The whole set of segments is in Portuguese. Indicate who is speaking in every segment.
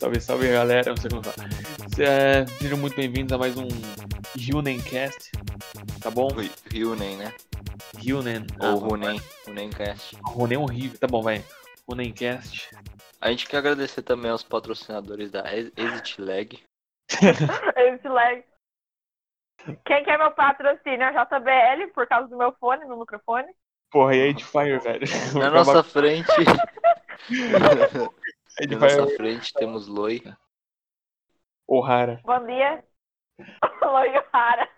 Speaker 1: Salve, salve galera. Você como tá? Se- é, Sejam muito bem-vindos a mais um Runencast. Tá bom?
Speaker 2: Runen, né?
Speaker 1: Runen.
Speaker 2: Ou Runen, Runencast.
Speaker 1: Runen horrível. Tá bom, vai. Runencast.
Speaker 2: A gente quer agradecer também aos patrocinadores da Ex- Exit Lag.
Speaker 3: Esse lag. Quem quer meu patrocínio é a JBL, por causa do meu fone, no microfone.
Speaker 1: Porra, e Edfire, velho? Vou
Speaker 2: Na
Speaker 1: acabar
Speaker 2: nossa frente. Na
Speaker 1: com Edfire
Speaker 2: nossa frente temos Loi.
Speaker 1: O'Hara.
Speaker 3: Bom dia. Oi, Rara.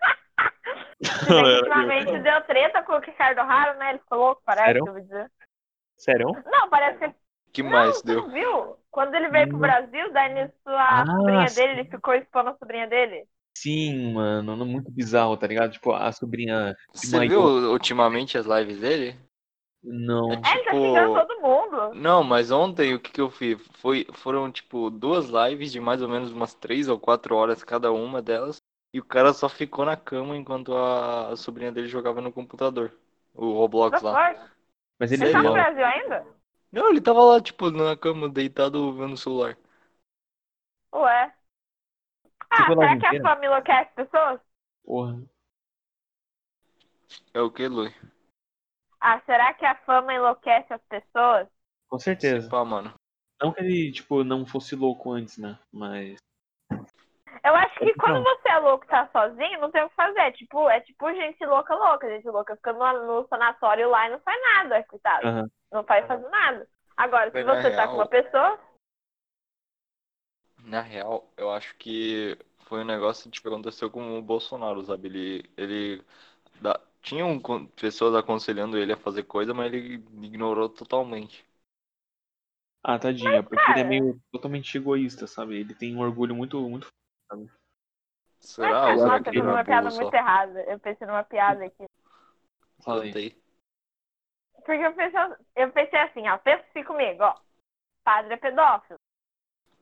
Speaker 3: Ultimamente deu treta com o Ricardo Rara, né? Ele ficou louco, parece,
Speaker 1: Sério?
Speaker 3: eu vou dizer.
Speaker 1: Sério?
Speaker 3: Não, parece que
Speaker 2: que
Speaker 3: não,
Speaker 2: mais
Speaker 3: tu
Speaker 2: deu?
Speaker 3: não viu? Quando ele veio pro
Speaker 1: Não.
Speaker 3: Brasil, daí nisso a
Speaker 1: Hum. Ah,
Speaker 3: sobrinha
Speaker 1: sim.
Speaker 3: dele, ele ficou expondo a sobrinha dele.
Speaker 1: Sim, mano. não- Muito bizarro, tá ligado? Tipo, a sobrinha.
Speaker 2: Você
Speaker 1: Michael.
Speaker 2: viu ultimamente as lives dele?
Speaker 1: Não.
Speaker 3: É, ele tá
Speaker 2: Tipo-
Speaker 3: xingando todo mundo.
Speaker 2: Não, mas ontem o que, que eu fiz? Foi, foram, tipo, duas lives de mais ou menos umas três ou quatro horas cada uma delas. E o cara só ficou na cama enquanto a sobrinha dele jogava no computador. O Roblox lá.
Speaker 3: Ele,
Speaker 1: Mas
Speaker 2: Ele
Speaker 1: ele
Speaker 3: Tá ele
Speaker 2: é
Speaker 3: tá no
Speaker 2: louco.
Speaker 3: Brasil ainda?
Speaker 2: Não, ele tava lá, tipo, na cama, deitado vendo o celular.
Speaker 3: Ué. Ah,
Speaker 1: Ficou lá
Speaker 3: será
Speaker 1: o dia
Speaker 3: que a
Speaker 1: inteiro?
Speaker 3: família quer as pessoas?
Speaker 1: Porra.
Speaker 2: É o que, Lui?
Speaker 3: Ah, será que a fama enlouquece as pessoas?
Speaker 1: Com certeza.
Speaker 2: Pá, mano.
Speaker 1: Não que ele, tipo, não fosse louco antes, né? Mas.
Speaker 3: Eu acho que
Speaker 1: Então.
Speaker 3: quando você é louco e tá sozinho, não tem o que fazer. É tipo, é tipo gente louca, louca. Gente louca fica no, no sanatório lá e não faz nada, coitado.
Speaker 1: Aham.
Speaker 3: Não faz fazer nada. Agora, se
Speaker 2: Mas na
Speaker 3: você tá
Speaker 2: real-
Speaker 3: com uma pessoa,
Speaker 2: Na real, eu acho que foi um negócio que tipo, aconteceu com o Bolsonaro, sabe? Ele, ele da... tinham con- pessoas aconselhando ele a fazer coisa, mas ele ignorou totalmente.
Speaker 1: Ah, tadinha, porque ele é
Speaker 3: cara-
Speaker 1: meio totalmente egoísta, sabe? Ele tem um orgulho muito, muito.
Speaker 3: mas,
Speaker 2: Será? Ou
Speaker 3: é, Ah, nossa,
Speaker 2: será
Speaker 3: eu
Speaker 2: que
Speaker 3: fiz
Speaker 2: ele era
Speaker 3: uma piada
Speaker 2: burro só?
Speaker 3: muito errada. Eu pensei numa piada aqui.
Speaker 1: Falei.
Speaker 2: Plantei.
Speaker 3: Porque eu pensei, eu pensei assim, ó, pensa assim comigo, ó. Padre é pedófilo.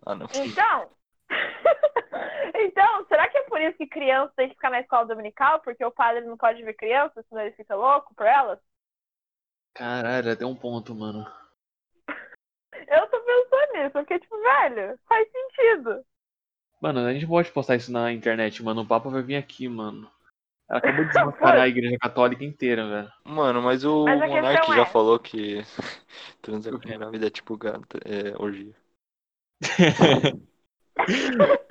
Speaker 2: Ah, não.
Speaker 3: Então. então, será que é por isso que criança tem que ficar na escola dominical? Porque o padre não pode ver criança, senão ele fica louco por elas?
Speaker 1: Caralho, até um ponto, mano.
Speaker 3: Eu tô pensando nisso, porque, tipo, velho, faz sentido.
Speaker 1: Mano, a gente pode postar isso na internet, mano. O Papa vai vir aqui, mano. Ela acabou de desmascarar a igreja católica inteira, velho.
Speaker 2: Mano, mas o
Speaker 3: Mas a questão
Speaker 2: Monark já
Speaker 3: é-
Speaker 2: falou que transar
Speaker 1: O quê?
Speaker 2: com grávida é tipo gato, é, orgia.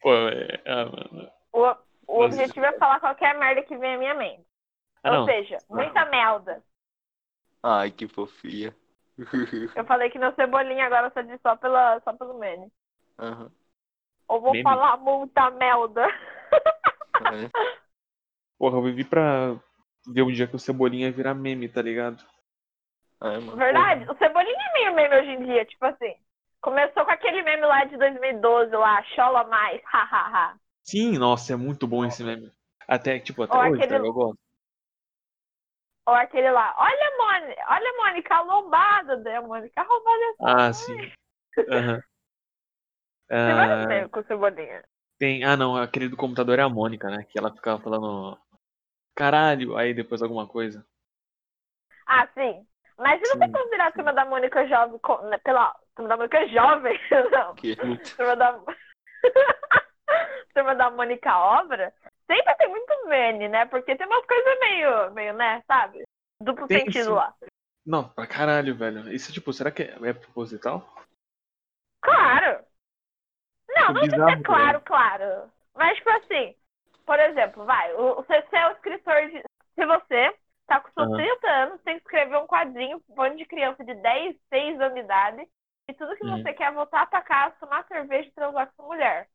Speaker 1: Pô, é. Ah, mano.
Speaker 3: O, o
Speaker 1: Mas-
Speaker 3: objetivo é falar qualquer merda que vem à minha mente.
Speaker 1: Ah,
Speaker 3: Ou
Speaker 1: não.
Speaker 3: seja, muita merda.
Speaker 2: Ai, que fofia.
Speaker 3: Eu falei que meu cebolinha agora eu só disse só, pela, só pelo meme.
Speaker 2: Aham.
Speaker 3: Ou vou
Speaker 1: Meme?
Speaker 3: falar muita merda.
Speaker 2: É.
Speaker 1: Porra, eu vivi pra ver o dia que o Cebolinha virar meme, tá ligado?
Speaker 2: É, mano.
Speaker 3: Verdade, o cebolinha é meio meme hoje em dia, tipo assim. Começou com aquele meme lá de 2012 lá, chola mais, hahaha.
Speaker 1: Sim, nossa, é muito bom esse meme. Até, tipo, até
Speaker 3: Ó,
Speaker 1: hoje,
Speaker 3: aquele-
Speaker 1: tá ligado? Eu gosto.
Speaker 3: Ou aquele lá, olha, Mônica, olha, a Mônica, a lombada da Mônica, a roubada é
Speaker 1: Ah, sim. Aham. Ah,
Speaker 3: ah. com o Cebolinha.
Speaker 1: Tem, ah não, aquele do computador é a Mônica, né? Que ela ficava falando caralho, aí depois alguma coisa.
Speaker 3: Ah, sim. Mas e
Speaker 1: Sim,
Speaker 3: você considerar a turma da Mônica jovem com... né, pela turma da Mônica jovem? Não,
Speaker 2: Que...
Speaker 3: turma da turma da Mônica obra? Sempre tem muito meme, né? Porque tem umas coisas meio, meio, né, sabe? Duplo
Speaker 1: Tem
Speaker 3: sentido
Speaker 1: sim.
Speaker 3: lá.
Speaker 1: Não, pra caralho, velho. Isso, tipo, será que é, é proposital?
Speaker 3: Claro. Não,
Speaker 1: Tipo,
Speaker 3: não tem que
Speaker 1: bizarro,
Speaker 3: ser claro, claro. Mas, tipo assim, por exemplo, vai, o- você você é o escritor de. Se você tá com seus
Speaker 1: Aham.
Speaker 3: 30 anos, tem que escrever um quadrinho pra um monte de criança de 10, 6 anos de idade, e tudo que
Speaker 1: Uhum.
Speaker 3: você quer é voltar pra casa, tomar cerveja e transar com mulher.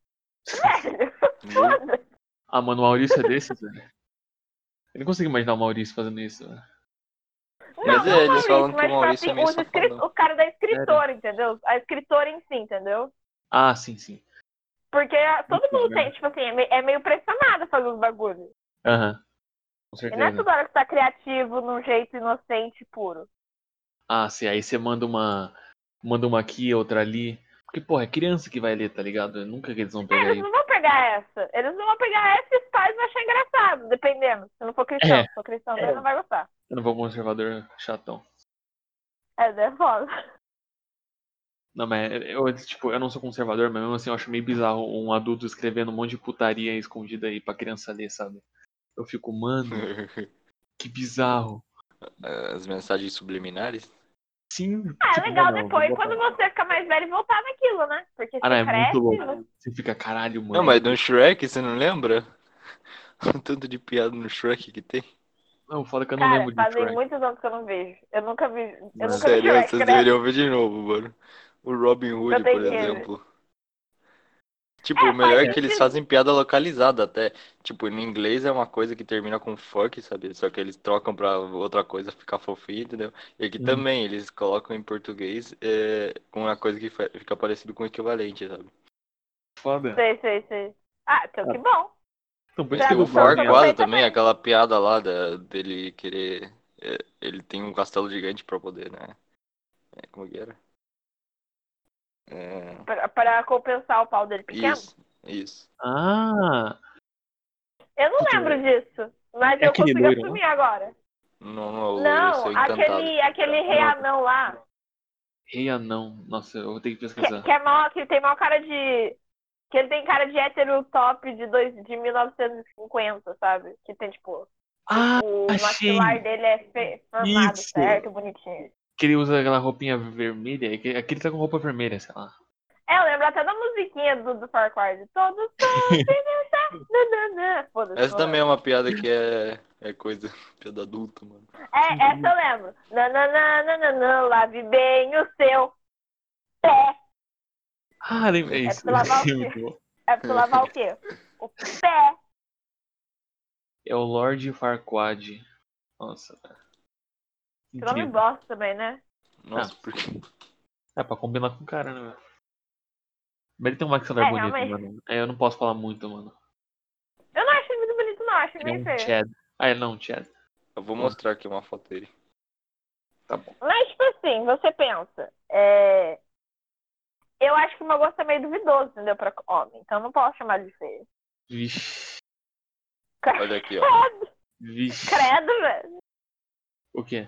Speaker 3: Velho, foda-se.
Speaker 1: Ah, mano, o Maurício é desses, velho. Eu não consigo imaginar o Maurício fazendo isso, velho.
Speaker 3: Não,
Speaker 2: Mas é,
Speaker 3: não
Speaker 2: eles
Speaker 3: só isso,
Speaker 2: falam que o
Speaker 3: mas tipo
Speaker 2: Maurício é
Speaker 3: assim,
Speaker 2: meio
Speaker 3: os escrit-
Speaker 2: safadão.
Speaker 3: o cara da escritora, entendeu? A escritora em si, entendeu?
Speaker 1: Ah, sim, sim.
Speaker 3: Porque ah, todo
Speaker 1: Muito
Speaker 3: mundo
Speaker 1: bem.
Speaker 3: tem, tipo assim, é me- é meio pressionado a fazer os bagulhos.
Speaker 1: Aham. Com
Speaker 3: E não é
Speaker 1: certeza.
Speaker 3: toda hora que tá criativo num jeito inocente e puro.
Speaker 1: Ah, sim, aí você manda uma. Manda uma aqui, outra ali. Porque, porra, é criança que vai ler, tá ligado? Nunca que eles vão
Speaker 3: É,
Speaker 1: pegar
Speaker 3: eles
Speaker 1: isso.
Speaker 3: não vão pegar essa. Eles não vão pegar essa e os pais vão achar engraçado, dependendo. Se não for cristão,
Speaker 1: É.
Speaker 3: se for cristão, daí não vai gostar.
Speaker 1: Eu não vou conservador chatão.
Speaker 3: É, daí é foda.
Speaker 1: Não, mas eu, tipo, eu não sou conservador, mas mesmo assim eu acho meio bizarro um adulto escrevendo um monte de putaria escondida aí pra criança ler, sabe? Eu fico, mano, que bizarro.
Speaker 2: As mensagens subliminares?
Speaker 1: Sim.
Speaker 3: Ah, é
Speaker 1: tipo,
Speaker 3: legal
Speaker 1: mano, eu
Speaker 3: depois,
Speaker 1: vou botar-
Speaker 3: quando você ficar mais velho, voltar naquilo, né? Porque você
Speaker 1: Cara, é
Speaker 3: cresce,
Speaker 1: muito
Speaker 3: você-
Speaker 1: louco. Você fica, caralho, mano.
Speaker 2: Não, mas do Shrek, você não lembra? O tanto de piada no Shrek que tem.
Speaker 1: Não, foda que eu não
Speaker 3: cara,
Speaker 1: lembro de
Speaker 3: fazem
Speaker 1: Shrek. é,
Speaker 3: muitos anos que eu não vejo. Eu nunca vi. Eu nunca vi
Speaker 2: Sério,
Speaker 3: Shrek,
Speaker 2: vocês
Speaker 3: né?
Speaker 2: deveriam ver de novo, mano. O Robin Hood,
Speaker 3: Eu tenho
Speaker 2: por
Speaker 3: que ver.
Speaker 2: exemplo. Tipo,
Speaker 3: É,
Speaker 2: o melhor é
Speaker 3: faz
Speaker 2: que eles
Speaker 3: sentido.
Speaker 2: fazem piada localizada até. Tipo, em inglês é uma coisa que termina com fuck, sabe? Só que eles trocam pra outra coisa ficar fofinho, entendeu? E aqui
Speaker 1: Uhum.
Speaker 2: também, eles colocam em português é, com uma coisa que fa- fica parecido com o equivalente, sabe?
Speaker 1: Foda.
Speaker 3: Sei, sei, sei. Ah, então que bom.
Speaker 1: Então, por isso que
Speaker 3: Tem
Speaker 2: Tem
Speaker 1: eu vou
Speaker 2: o
Speaker 3: Tradução
Speaker 2: Far
Speaker 3: também.
Speaker 2: Quadra também, aquela piada lá da- dele querer. é, ele tem um castelo gigante pra poder, né? É, como que era? É,
Speaker 3: Pra, pra compensar o pau dele pequeno.
Speaker 2: isso, isso.
Speaker 1: Ah,
Speaker 3: Eu não
Speaker 1: Puta,
Speaker 3: lembro disso. Mas
Speaker 1: É
Speaker 3: eu
Speaker 1: aquele
Speaker 3: consigo
Speaker 1: loiro, né?
Speaker 3: assumir agora.
Speaker 2: Não, não, eu
Speaker 3: não,
Speaker 2: sou encantado.
Speaker 3: aquele, aquele rei
Speaker 1: Não.
Speaker 3: anão lá.
Speaker 1: rei anão. Nossa, eu vou ter que
Speaker 3: Que,
Speaker 1: pesquisar.
Speaker 3: que é mal, que tem mal cara de. Que ele tem cara de hétero top de, dois, de 1950, sabe? Que tem, tipo,
Speaker 1: Ah,
Speaker 3: o
Speaker 1: achei.
Speaker 3: maxilar dele é fe- formado,
Speaker 1: Isso.
Speaker 3: certo? Bonitinho.
Speaker 1: que ele usa aquela roupinha vermelha. que- Aquele tá com roupa vermelha, sei lá.
Speaker 3: É, eu lembro até da musiquinha do, do Farquhar. Todos tá? são Nananã. Foda-se,
Speaker 2: Essa
Speaker 3: não
Speaker 2: também é uma piada que é, é coisa piada adulta, mano.
Speaker 3: É, essa eu lembro. Nananã, nananã, lave bem o seu pé.
Speaker 1: Ah, lembra
Speaker 3: É
Speaker 1: isso.
Speaker 3: pra lavar o
Speaker 1: É muito bom.
Speaker 3: É pra lavar o quê? O pé.
Speaker 1: É o Lorde Farquad. Nossa, cara.
Speaker 3: Que nome
Speaker 1: Incrível.
Speaker 3: bosta também, né?
Speaker 1: Ah.
Speaker 2: Nossa, porque
Speaker 1: É pra combinar com o cara, né, velho? Mas ele tem um maxilar
Speaker 3: É,
Speaker 1: bonito,
Speaker 3: realmente.
Speaker 1: mano. É, eu não posso falar muito, mano.
Speaker 3: Eu não acho ele muito bonito, não. Acho ele
Speaker 1: Ele é
Speaker 3: meio
Speaker 1: um
Speaker 3: feio.
Speaker 1: Chad. Ah, ele não, é um Chad.
Speaker 2: eu vou mostrar aqui uma foto dele.
Speaker 3: Mas, tipo assim, você pensa. É... Eu acho que o meu gosto é meio duvidoso, entendeu? Pra homem. Então eu não posso chamar ele de feio.
Speaker 1: Vixe.
Speaker 2: Olha aqui, ó.
Speaker 3: Credo,
Speaker 1: Vixe.
Speaker 3: credo, velho.
Speaker 1: O quê?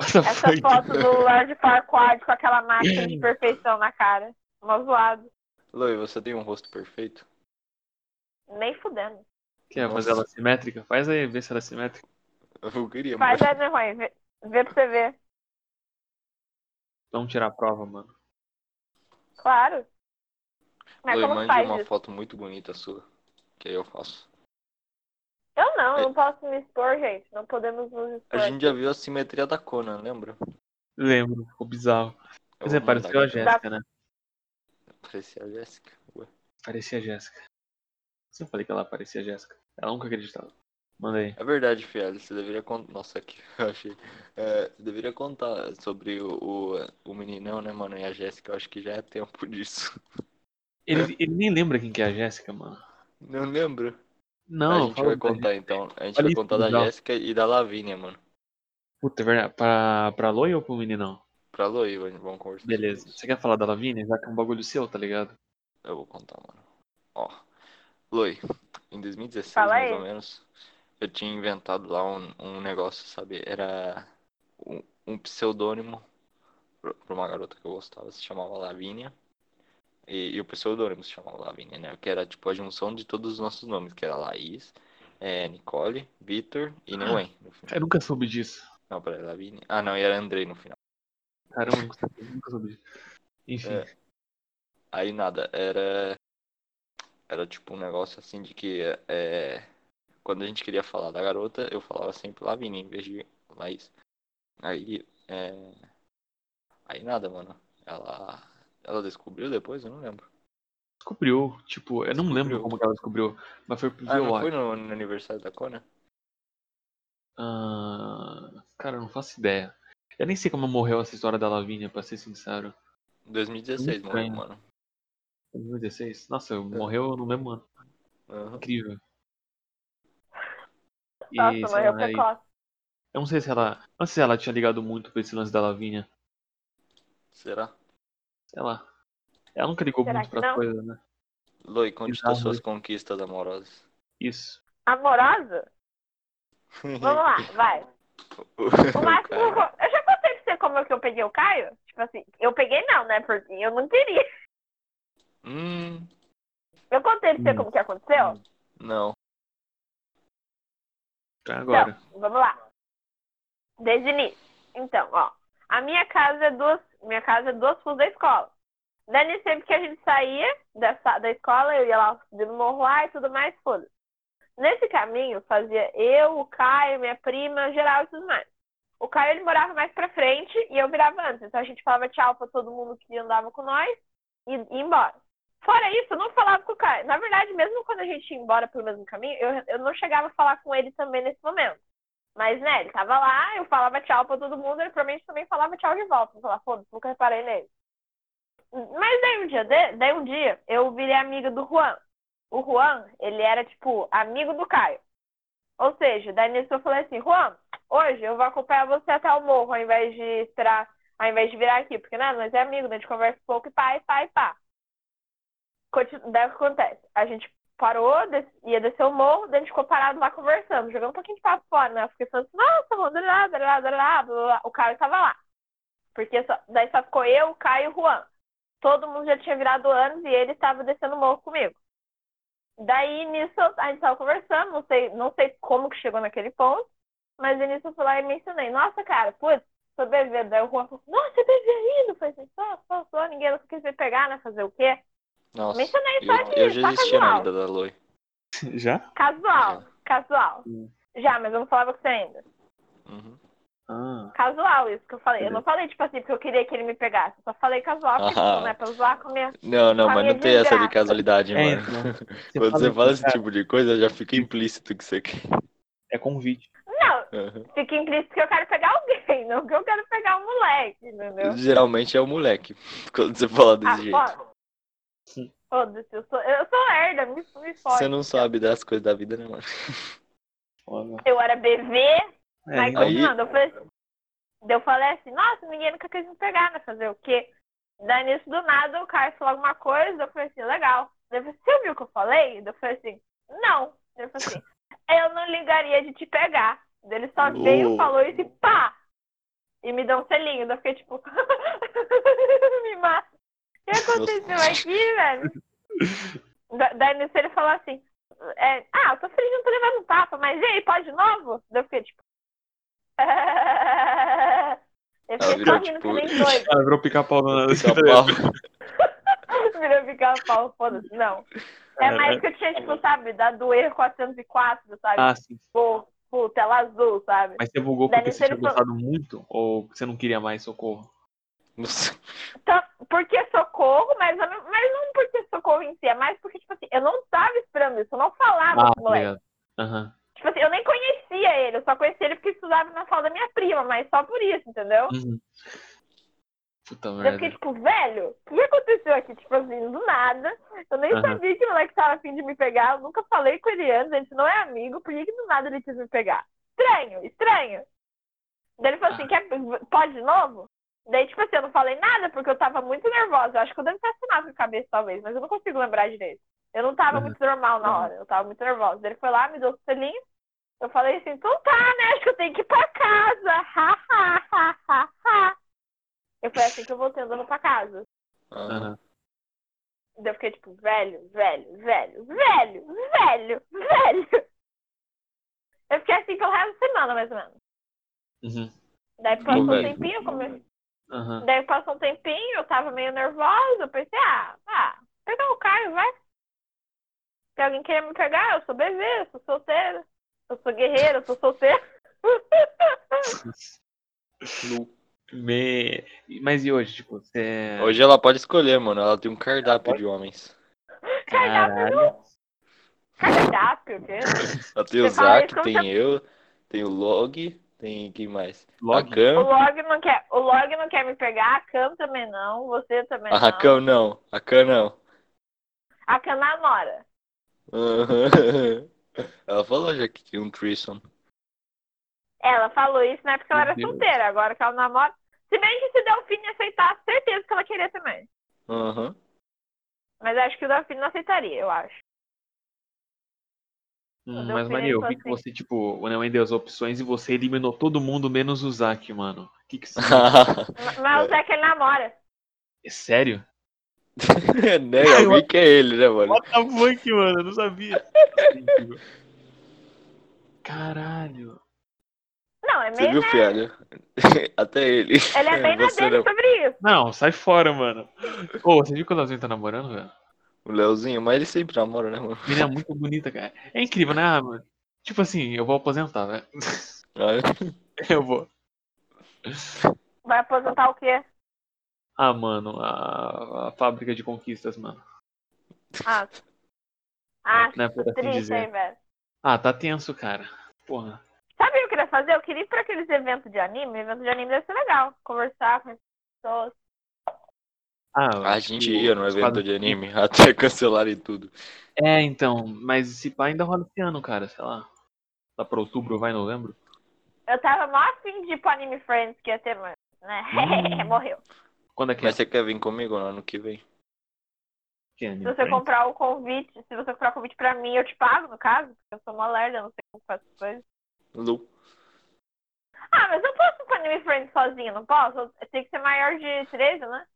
Speaker 1: What the
Speaker 3: Essa
Speaker 1: fuck?
Speaker 3: foto do Lord Farquaad com aquela máscara de perfeição na cara. Mó zoado.
Speaker 2: Loi, você tem um rosto perfeito?
Speaker 3: Nem fudendo.
Speaker 1: Quer fazer ela simétrica? Faz aí, vê se ela é simétrica.
Speaker 2: Eu queria,
Speaker 3: Faz
Speaker 2: mano.
Speaker 3: é né, ruim. Vê, vê pra você ver.
Speaker 1: Vamos tirar a prova, mano.
Speaker 3: Claro. Mas
Speaker 2: Loi,
Speaker 3: como que
Speaker 2: mande
Speaker 3: faz
Speaker 2: uma
Speaker 3: isso?
Speaker 2: foto muito bonita sua. Que aí eu faço.
Speaker 3: Eu não, não posso me expor, gente. Não podemos nos
Speaker 2: É. A
Speaker 3: expor.
Speaker 2: gente já viu a simetria da Conan, lembra?
Speaker 1: Lembro, ficou bizarro.
Speaker 2: Eu
Speaker 1: Mas é,
Speaker 2: vou mandar
Speaker 1: pareceu a
Speaker 2: aqui.
Speaker 1: Jéssica, né?
Speaker 2: Parecia a assim, "Ah, Jéssica. Ué.
Speaker 1: Parecia a Jéssica. Você falei que ela parecia a Jéssica. Ela nunca acreditava. Manda aí.
Speaker 2: É verdade, Fiel, você deveria contar. Nossa, aqui eu achei. É, você deveria contar sobre o, o, o meninão, né, mano? E a Jéssica, eu acho que já é tempo disso.
Speaker 1: Ele, ele nem lembra quem que é a Jéssica, mano.
Speaker 2: Não lembro. a
Speaker 1: Não,
Speaker 2: gente
Speaker 1: fala
Speaker 2: vai
Speaker 1: da
Speaker 2: contar então. A gente
Speaker 1: Olha
Speaker 2: vai
Speaker 1: isso,
Speaker 2: contar da
Speaker 1: legal.
Speaker 2: Jéssica e da Lavínia, mano.
Speaker 1: Puta, é verdade. Pra, pra Loi ou pro meninão?
Speaker 2: Pra Loi, mano, vamos conversar. sobre
Speaker 1: Beleza.
Speaker 2: isso.
Speaker 1: Você quer falar da Lavínia? Já que é um bagulho seu, tá ligado?
Speaker 2: Eu vou contar, mano. Ó. Loi, em 2016,
Speaker 3: Fala
Speaker 2: mais
Speaker 3: aí.
Speaker 2: ou menos, eu tinha inventado lá um, um negócio, sabe? Era um, um pseudônimo pra pra uma garota que eu gostava, se chamava Lavínia. E, e o pseudônimo se chamava Lavínia, né? Que era tipo a junção de todos os nossos nomes, que era Laís, eh, Nicole, Vitor e Neuen. no final.
Speaker 1: Eu nunca soube disso.
Speaker 2: Não, peraí, Lavínia. Ah, não, e era Andrei no final.
Speaker 1: Caramba, eu nunca soube- eu nunca soube disso. Enfim.
Speaker 2: É. Aí nada, era. Era tipo um negócio assim de que é, quando a gente queria falar da garota, eu falava sempre Lavínia em vez de Laís. Aí. é, Aí nada, mano. Ela. Ela descobriu depois? Eu não lembro.
Speaker 1: Descobriu. Tipo, eu não lembro
Speaker 2: Descobriu.
Speaker 1: como que ela descobriu. Mas foi pro
Speaker 2: Ah,
Speaker 1: eu
Speaker 2: não
Speaker 1: acho.
Speaker 2: foi no, no aniversário da Conan?
Speaker 1: Ah, cara, eu não faço ideia. Eu nem sei como morreu essa história da Lavínia, pra ser sincero.
Speaker 2: 2016,
Speaker 1: Muito
Speaker 2: morreu,
Speaker 1: estranho.
Speaker 2: mano.
Speaker 1: 2016?
Speaker 2: É.
Speaker 1: Nossa, morreu no mesmo ano.
Speaker 2: Aham.
Speaker 1: Incrível. E,
Speaker 3: Nossa,
Speaker 1: sei
Speaker 3: morreu
Speaker 1: lá, e-
Speaker 3: precoce.
Speaker 1: eu não sei se ela. Não sei se ela tinha ligado muito pra esse lance da Lavínia.
Speaker 2: Será?
Speaker 1: Sei lá. Ela nunca ligou
Speaker 3: Será
Speaker 1: muito
Speaker 3: que
Speaker 1: pra
Speaker 3: não?
Speaker 1: coisa, né?
Speaker 2: Loi, conte
Speaker 1: Bizarro,
Speaker 2: as suas conquistas amorosas.
Speaker 1: Isso.
Speaker 3: Amorosa? Vamos lá, vai.
Speaker 2: O
Speaker 3: O máximo.
Speaker 2: cara-
Speaker 3: Eu já contei pra você como é que eu peguei o Caio? Tipo assim, eu peguei não, né? né? Porque eu não queria.
Speaker 2: Hum,
Speaker 3: Eu contei pra você
Speaker 1: Hum.
Speaker 3: como que aconteceu?
Speaker 2: não.
Speaker 1: Tá agora.
Speaker 3: Vamos lá. Desde o início. Então, ó. A minha casa é duas. Minha casa é duas fusos da escola. Dani, sempre que a gente saía da, sa- da escola, eu ia lá subir no morro lá e tudo mais, foda Nesse caminho, fazia eu, o Caio, minha prima, geral e tudo mais. O Caio, ele morava mais pra frente e eu virava antes. Então a gente falava tchau pra todo mundo que andava com nós e ia embora. Fora isso, eu não falava com o Caio. Na verdade, mesmo quando a gente ia embora pelo mesmo caminho, eu, eu não chegava a falar com ele também nesse momento. Mas, né, ele tava lá, eu falava tchau pra todo mundo, ele provavelmente também falava tchau de volta. Eu falava, foda-se, nunca reparei nele. Mas daí um dia, de- daí um dia, eu virei amiga do Juan. O Juan, ele era, tipo, amigo do Caio. Ou seja, daí nisso eu falei assim, Juan, hoje eu vou acompanhar você até o morro, ao invés de esperar, ao invés de virar aqui, porque, né, nós é amigo, né, a gente conversa pouco e pá, e pá, e pá. Continu- Daí o que acontece? A gente parou, des- ia descer o morro, daí a gente ficou parado lá conversando, jogando um pouquinho de papo fora, né? Eu fiquei falando assim, nossa, mano, blá, blá, blá, blá, blá, blá, blá. o Caio tava lá. Porque só- daí só ficou eu, o Caio e o Juan. Todo mundo já tinha virado anos e ele tava descendo o morro comigo. Daí, nisso, a gente tava conversando, não sei, não sei como que chegou naquele ponto, mas aí nisso eu fui lá e mencionei, nossa, cara, putz, tô bebendo. Daí o Juan falou, nossa, é bebê ainda? Eu falei assim, só, só, só, ninguém nunca quis me pegar, né? Fazer o quê?
Speaker 2: Nossa.
Speaker 3: Mencionei só
Speaker 2: Eu,
Speaker 3: de
Speaker 2: eu já
Speaker 3: só
Speaker 2: existia na
Speaker 3: casual.
Speaker 2: vida da Loi.
Speaker 1: Já?
Speaker 3: Casual,
Speaker 2: É.
Speaker 3: casual.
Speaker 1: Hum.
Speaker 3: Já, mas eu não falava com você ainda.
Speaker 2: Uhum.
Speaker 1: Ah.
Speaker 3: Casual, isso que eu falei. Eu não falei, tipo assim, porque eu queria que ele me pegasse. Eu só falei casual, porque,
Speaker 2: Ah.
Speaker 3: tipo, né, pra zoar com a minha...
Speaker 2: Não, não,
Speaker 3: A
Speaker 2: mas
Speaker 3: minha
Speaker 2: não tem essa de
Speaker 3: desgraça.
Speaker 2: casualidade,
Speaker 1: É, então.
Speaker 2: mano.
Speaker 1: Você
Speaker 2: Quando você
Speaker 1: assim,
Speaker 2: fala esse
Speaker 1: cara,
Speaker 2: tipo de coisa, já fica implícito que você quer.
Speaker 1: É convite.
Speaker 3: Não,
Speaker 2: Uhum.
Speaker 3: fica implícito que eu quero pegar alguém, não que eu quero pegar um moleque, entendeu?
Speaker 2: Geralmente é o moleque. Quando você fala
Speaker 3: Ah,
Speaker 2: desse jeito.
Speaker 3: foda.
Speaker 1: Sim.
Speaker 3: Foda-se, eu sou, eu sou lerda, me, me
Speaker 2: Você
Speaker 3: fode.
Speaker 2: não sabe das coisas da vida, né, mano?
Speaker 1: Olha.
Speaker 3: Eu era bebê,
Speaker 1: É,
Speaker 3: Aí,
Speaker 1: ainda-
Speaker 2: Aí-
Speaker 3: continuando, eu falei, daí eu falei assim, nossa, ninguém nunca quis me pegar, né? Fazer o quê? Daí nisso do nada o Caio falou alguma coisa, eu falei assim, legal. Daí eu falei, você ouviu o que eu falei? Daí eu falei assim, não. Daí eu falei assim, eu não ligaria de te pegar. Daí ele só veio,
Speaker 2: Oh.
Speaker 3: falou isso e pá! E me deu um selinho. Daí eu fiquei tipo, me mata. O que aconteceu aqui, velho? Da- Daí nisso ele falou assim, é, ah, eu tô feliz de não ter levado um tapa, mas e aí, pode de novo? Daí eu fiquei tipo. Eu
Speaker 2: Ela
Speaker 3: fiquei
Speaker 2: virou,
Speaker 3: só rindo que
Speaker 2: tipo,
Speaker 3: nem doido.
Speaker 1: Ah, virou pica-pau na.
Speaker 2: Pica-pau.
Speaker 3: Virou pica-pau, foda-se, não. É mais que eu tinha, tipo, sabe, da do erro 404, sabe?
Speaker 1: Ah, sim.
Speaker 3: Pô, pô, tela azul, sabe?
Speaker 1: Mas você bugou
Speaker 3: Deve
Speaker 1: porque você
Speaker 3: ser
Speaker 1: tinha
Speaker 3: o pro-
Speaker 1: gostado muito? Ou você não queria mais socorro?
Speaker 2: Nossa.
Speaker 3: Então, porque socorro, mas, eu não- mas não porque socorro em si, é mais porque, tipo assim, eu não tava esperando isso, eu não falava
Speaker 1: Ah,
Speaker 3: com o moleque.
Speaker 1: obrigado. Aham.
Speaker 3: Tipo assim, eu nem conhecia ele, eu só conhecia ele porque estudava na sala da minha prima, mas só por isso, entendeu?
Speaker 1: Uhum. Puta
Speaker 3: Eu fiquei
Speaker 1: merda.
Speaker 3: tipo, velho, o que aconteceu aqui? Tipo assim, do nada. Eu nem
Speaker 1: Aham.
Speaker 3: sabia que o moleque tava afim de me pegar. Eu nunca falei com ele antes, a gente não é amigo. Por que, que do nada ele quis me pegar? Estranho, estranho. Daí ele falou assim, quer, pode de novo? Daí, tipo assim, eu não falei nada porque eu tava muito nervosa. Eu acho que eu devo ter assinado com a cabeça, talvez, mas eu não consigo lembrar direito. Eu não tava
Speaker 1: Aham.
Speaker 3: muito normal na hora, eu tava muito nervosa. Daí ele foi lá, me deu o selinho. Eu falei assim, então tá, né? Acho que eu tenho que ir pra casa. Ha, ha, ha, ha, ha. Eu falei assim que eu voltei andando pra casa.
Speaker 2: Aham.
Speaker 1: Aham.
Speaker 3: Daí eu fiquei tipo, velho, velho, velho, velho, velho, velho. Eu fiquei assim pelo resto da semana, mais ou menos.
Speaker 1: Uhum.
Speaker 3: Daí passou um
Speaker 2: velho.
Speaker 3: tempinho, eu comecei.
Speaker 1: Aham.
Speaker 3: Daí passou um tempinho, eu tava meio nervosa, eu pensei, ah, ah, pegar o Caio, vai. Se alguém querer me pegar, eu sou bebê, eu sou solteira, eu sou guerreira, eu sou solteira.
Speaker 1: Me... Mas e hoje, tipo, você.
Speaker 2: É. Hoje ela pode escolher, mano. Ela tem um cardápio de homens.
Speaker 1: Caralho.
Speaker 3: Cardápio, o quê?
Speaker 2: Ela tem o
Speaker 3: Você fala isso
Speaker 2: Zac,
Speaker 3: como
Speaker 2: tem eu, tem o Log, tem quem mais?
Speaker 1: Log?
Speaker 2: A
Speaker 3: O
Speaker 2: Cam.
Speaker 3: Log não quer, o Log não quer me pegar, a Cam também não, você também
Speaker 2: Ah, A
Speaker 3: né, não.
Speaker 2: Cam não. A Cam não.
Speaker 3: A Cam namora.
Speaker 2: Aham. Ela falou já que tinha um threesome.
Speaker 3: Ela falou isso na época que ela
Speaker 1: Meu
Speaker 3: era
Speaker 1: Deus.
Speaker 3: solteira, agora que ela namora. Se bem que se Delfine aceitasse, certeza que ela queria também.
Speaker 2: Aham.
Speaker 3: Mas acho que o Delfine não aceitaria, eu acho.
Speaker 1: Hum,
Speaker 3: Deu
Speaker 1: mas,
Speaker 3: pena,
Speaker 1: Maria, eu
Speaker 3: então,
Speaker 1: vi que
Speaker 3: assim.
Speaker 1: você, tipo, o Neon deu as opções e você
Speaker 2: É.
Speaker 1: eliminou todo mundo menos o Zack, mano. O que que você.
Speaker 3: Ma- Mas o Zé que ele é namora.
Speaker 1: É sério?
Speaker 2: né? Alguém que é ele, né, mano?
Speaker 1: What the fuck, mano? Eu não sabia. Caralho.
Speaker 3: Não, é
Speaker 2: Você
Speaker 3: meio.
Speaker 2: viu,
Speaker 3: né?
Speaker 2: Fialho? Até ele.
Speaker 3: Ele é bem na
Speaker 2: Você
Speaker 3: dele
Speaker 2: não.
Speaker 3: sobre isso.
Speaker 1: Não, sai fora, mano. Ô, você viu que o Leozinho tá namorando, velho?
Speaker 2: O Leozinho, mas ele sempre namora, né, mano?
Speaker 1: Menina muito bonita, cara. É incrível, né, ah, mano? Tipo assim, eu vou aposentar, velho.
Speaker 2: Ah,
Speaker 1: Eu vou.
Speaker 3: Vai aposentar o quê?
Speaker 1: Ah, mano, a, a fábrica de conquistas, mano.
Speaker 3: Ah. Ah,
Speaker 1: Né, por assim
Speaker 3: triste, hein,
Speaker 1: dizer.
Speaker 3: velho.
Speaker 1: Ah, tá tenso, cara. Porra.
Speaker 3: Sabe o que eu queria fazer? Eu queria ir pra aqueles eventos de anime. Evento de anime deve ser legal. Conversar com as pessoas.
Speaker 1: Ah,
Speaker 2: A gente ia no
Speaker 1: os
Speaker 2: evento
Speaker 1: quadros-
Speaker 2: de anime até cancelarem tudo.
Speaker 1: É, então, mas esse pá ainda rola esse ano, cara, sei lá. Lá pra outubro, vai novembro?
Speaker 3: Eu tava mó afim de ir pro Anime Friends que ia ter, mano. Né?
Speaker 1: Hum.
Speaker 3: Morreu.
Speaker 1: Quando é que
Speaker 2: Mas você quer vir comigo no ano que vem?
Speaker 1: é?
Speaker 3: Se você comprar o convite, se você comprar o convite pra mim, eu te pago, no caso, porque eu sou uma lerda, eu não sei como faço as coisas.
Speaker 2: Lu.
Speaker 3: Ah, mas eu posso ir pro Anime Friends sozinha, não posso? Eu- Tem que ser maior de 13, né?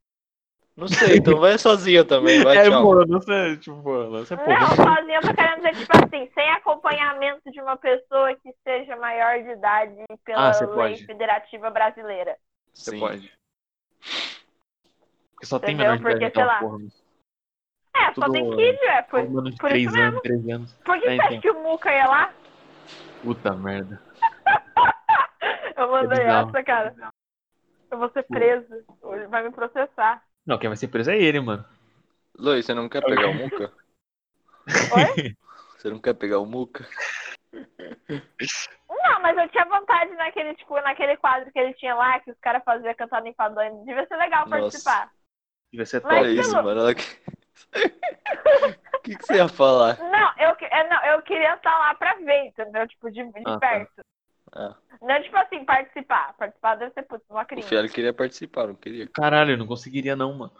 Speaker 2: Não sei, então vai sozinha também, vai,
Speaker 1: É,
Speaker 2: tchau.
Speaker 1: pô, não sei, tipo, pô, não sei, pô.
Speaker 3: não, sozinha eu tô querendo dizer, tipo assim, sem acompanhamento de uma pessoa que seja maior de idade pela
Speaker 1: Ah, você
Speaker 3: lei
Speaker 1: pode.
Speaker 3: federativa brasileira.
Speaker 1: Você
Speaker 2: Sim.
Speaker 1: pode. Porque só tem
Speaker 3: Entendeu?
Speaker 1: menor de idade
Speaker 3: Porque,
Speaker 1: naquela
Speaker 3: sei lá,
Speaker 1: porra. Só
Speaker 3: É, só
Speaker 1: Tudo-
Speaker 3: tem kid, é. Por,
Speaker 1: menos de
Speaker 3: por
Speaker 1: 3
Speaker 3: isso mesmo.
Speaker 1: anos, 3 anos.
Speaker 3: por que
Speaker 1: É,
Speaker 3: você acha
Speaker 1: então.
Speaker 3: que o Muca ia lá?
Speaker 1: Puta merda.
Speaker 3: Eu mandei
Speaker 1: É bizarro.
Speaker 3: essa, cara. Eu vou ser preso. Ele vai me processar.
Speaker 1: Não, quem vai ser preso é ele, mano.
Speaker 2: Luiz, você não quer pegar o Muca?
Speaker 3: Oi?
Speaker 2: Você não quer pegar o Muca?
Speaker 3: Não, mas eu tinha vontade naquele, tipo, naquele quadro que ele tinha lá, que os caras faziam cantando enfadonho. Devia ser legal
Speaker 2: Nossa.
Speaker 3: participar.
Speaker 1: Vai ser
Speaker 3: Mas
Speaker 2: Olha
Speaker 1: top.
Speaker 3: pelo-
Speaker 2: É isso, mano. olha que- O que, que você ia falar?
Speaker 3: Não, eu, que- é, não, eu queria estar lá pra ver, entendeu? Tipo, de, de
Speaker 1: Ah, tá.
Speaker 3: perto.
Speaker 2: Ah.
Speaker 3: Não, tipo assim, participar. Participar deve ser putz, uma
Speaker 2: O
Speaker 3: criança.
Speaker 2: Fialho queria participar, não queria.
Speaker 1: Caralho, eu não conseguiria não, mano.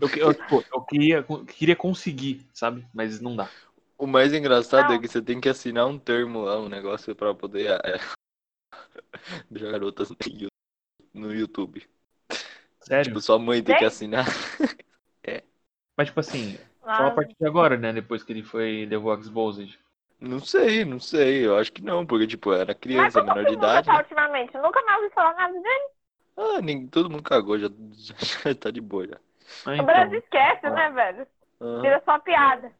Speaker 1: Eu, que- eu, tipo, eu queria, queria conseguir, sabe? Mas não dá.
Speaker 2: O mais engraçado
Speaker 3: Não.
Speaker 2: é que você tem que assinar um termo lá, um negócio pra poder é, jogar outras no Yu- no YouTube.
Speaker 1: Sério.
Speaker 2: Tipo, sua mãe tem que
Speaker 3: Sério?
Speaker 2: assinar.
Speaker 1: Mas tipo assim, só a
Speaker 3: Nossa.
Speaker 1: partir de agora, né? Depois que ele foi levou Exposed.
Speaker 2: Não sei, não sei. Eu acho que não, porque, tipo, era
Speaker 3: Mas
Speaker 2: criança,
Speaker 3: como
Speaker 2: menor
Speaker 3: que
Speaker 2: de
Speaker 3: o Muca
Speaker 2: idade.
Speaker 3: tá
Speaker 2: né?
Speaker 3: ultimamente? Eu nunca mais ouvi falar nada dele.
Speaker 2: Ah, nem, todo mundo cagou, já, já tá de boa já.
Speaker 1: Ah,
Speaker 3: o Brasil
Speaker 1: então.
Speaker 3: esquece,
Speaker 1: ó.
Speaker 3: né, velho?
Speaker 2: Aham.
Speaker 3: Vira só piada.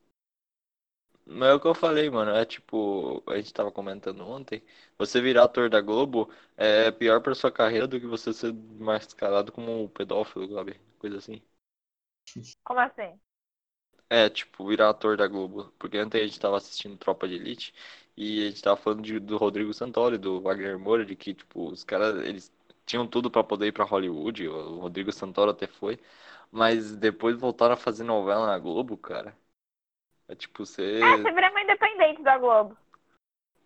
Speaker 2: Mas é o que eu falei, mano. É tipo, a gente tava comentando ontem. Você virar ator da Globo é pior pra sua carreira do que você ser mascarado como um pedófilo, sabe? Coisa assim.
Speaker 3: Como assim?
Speaker 2: É, tipo, virar ator da Globo. Porque ontem a gente tava assistindo Tropa de Elite e a gente tava falando de- do Rodrigo Santoro, e do Wagner Moura, de que, tipo, os caras, eles tinham tudo pra poder ir pra Hollywood, o Rodrigo Santoro até foi, mas depois voltaram a fazer novela na Globo, cara. É tipo, você.
Speaker 3: É, você vira uma independente da Globo.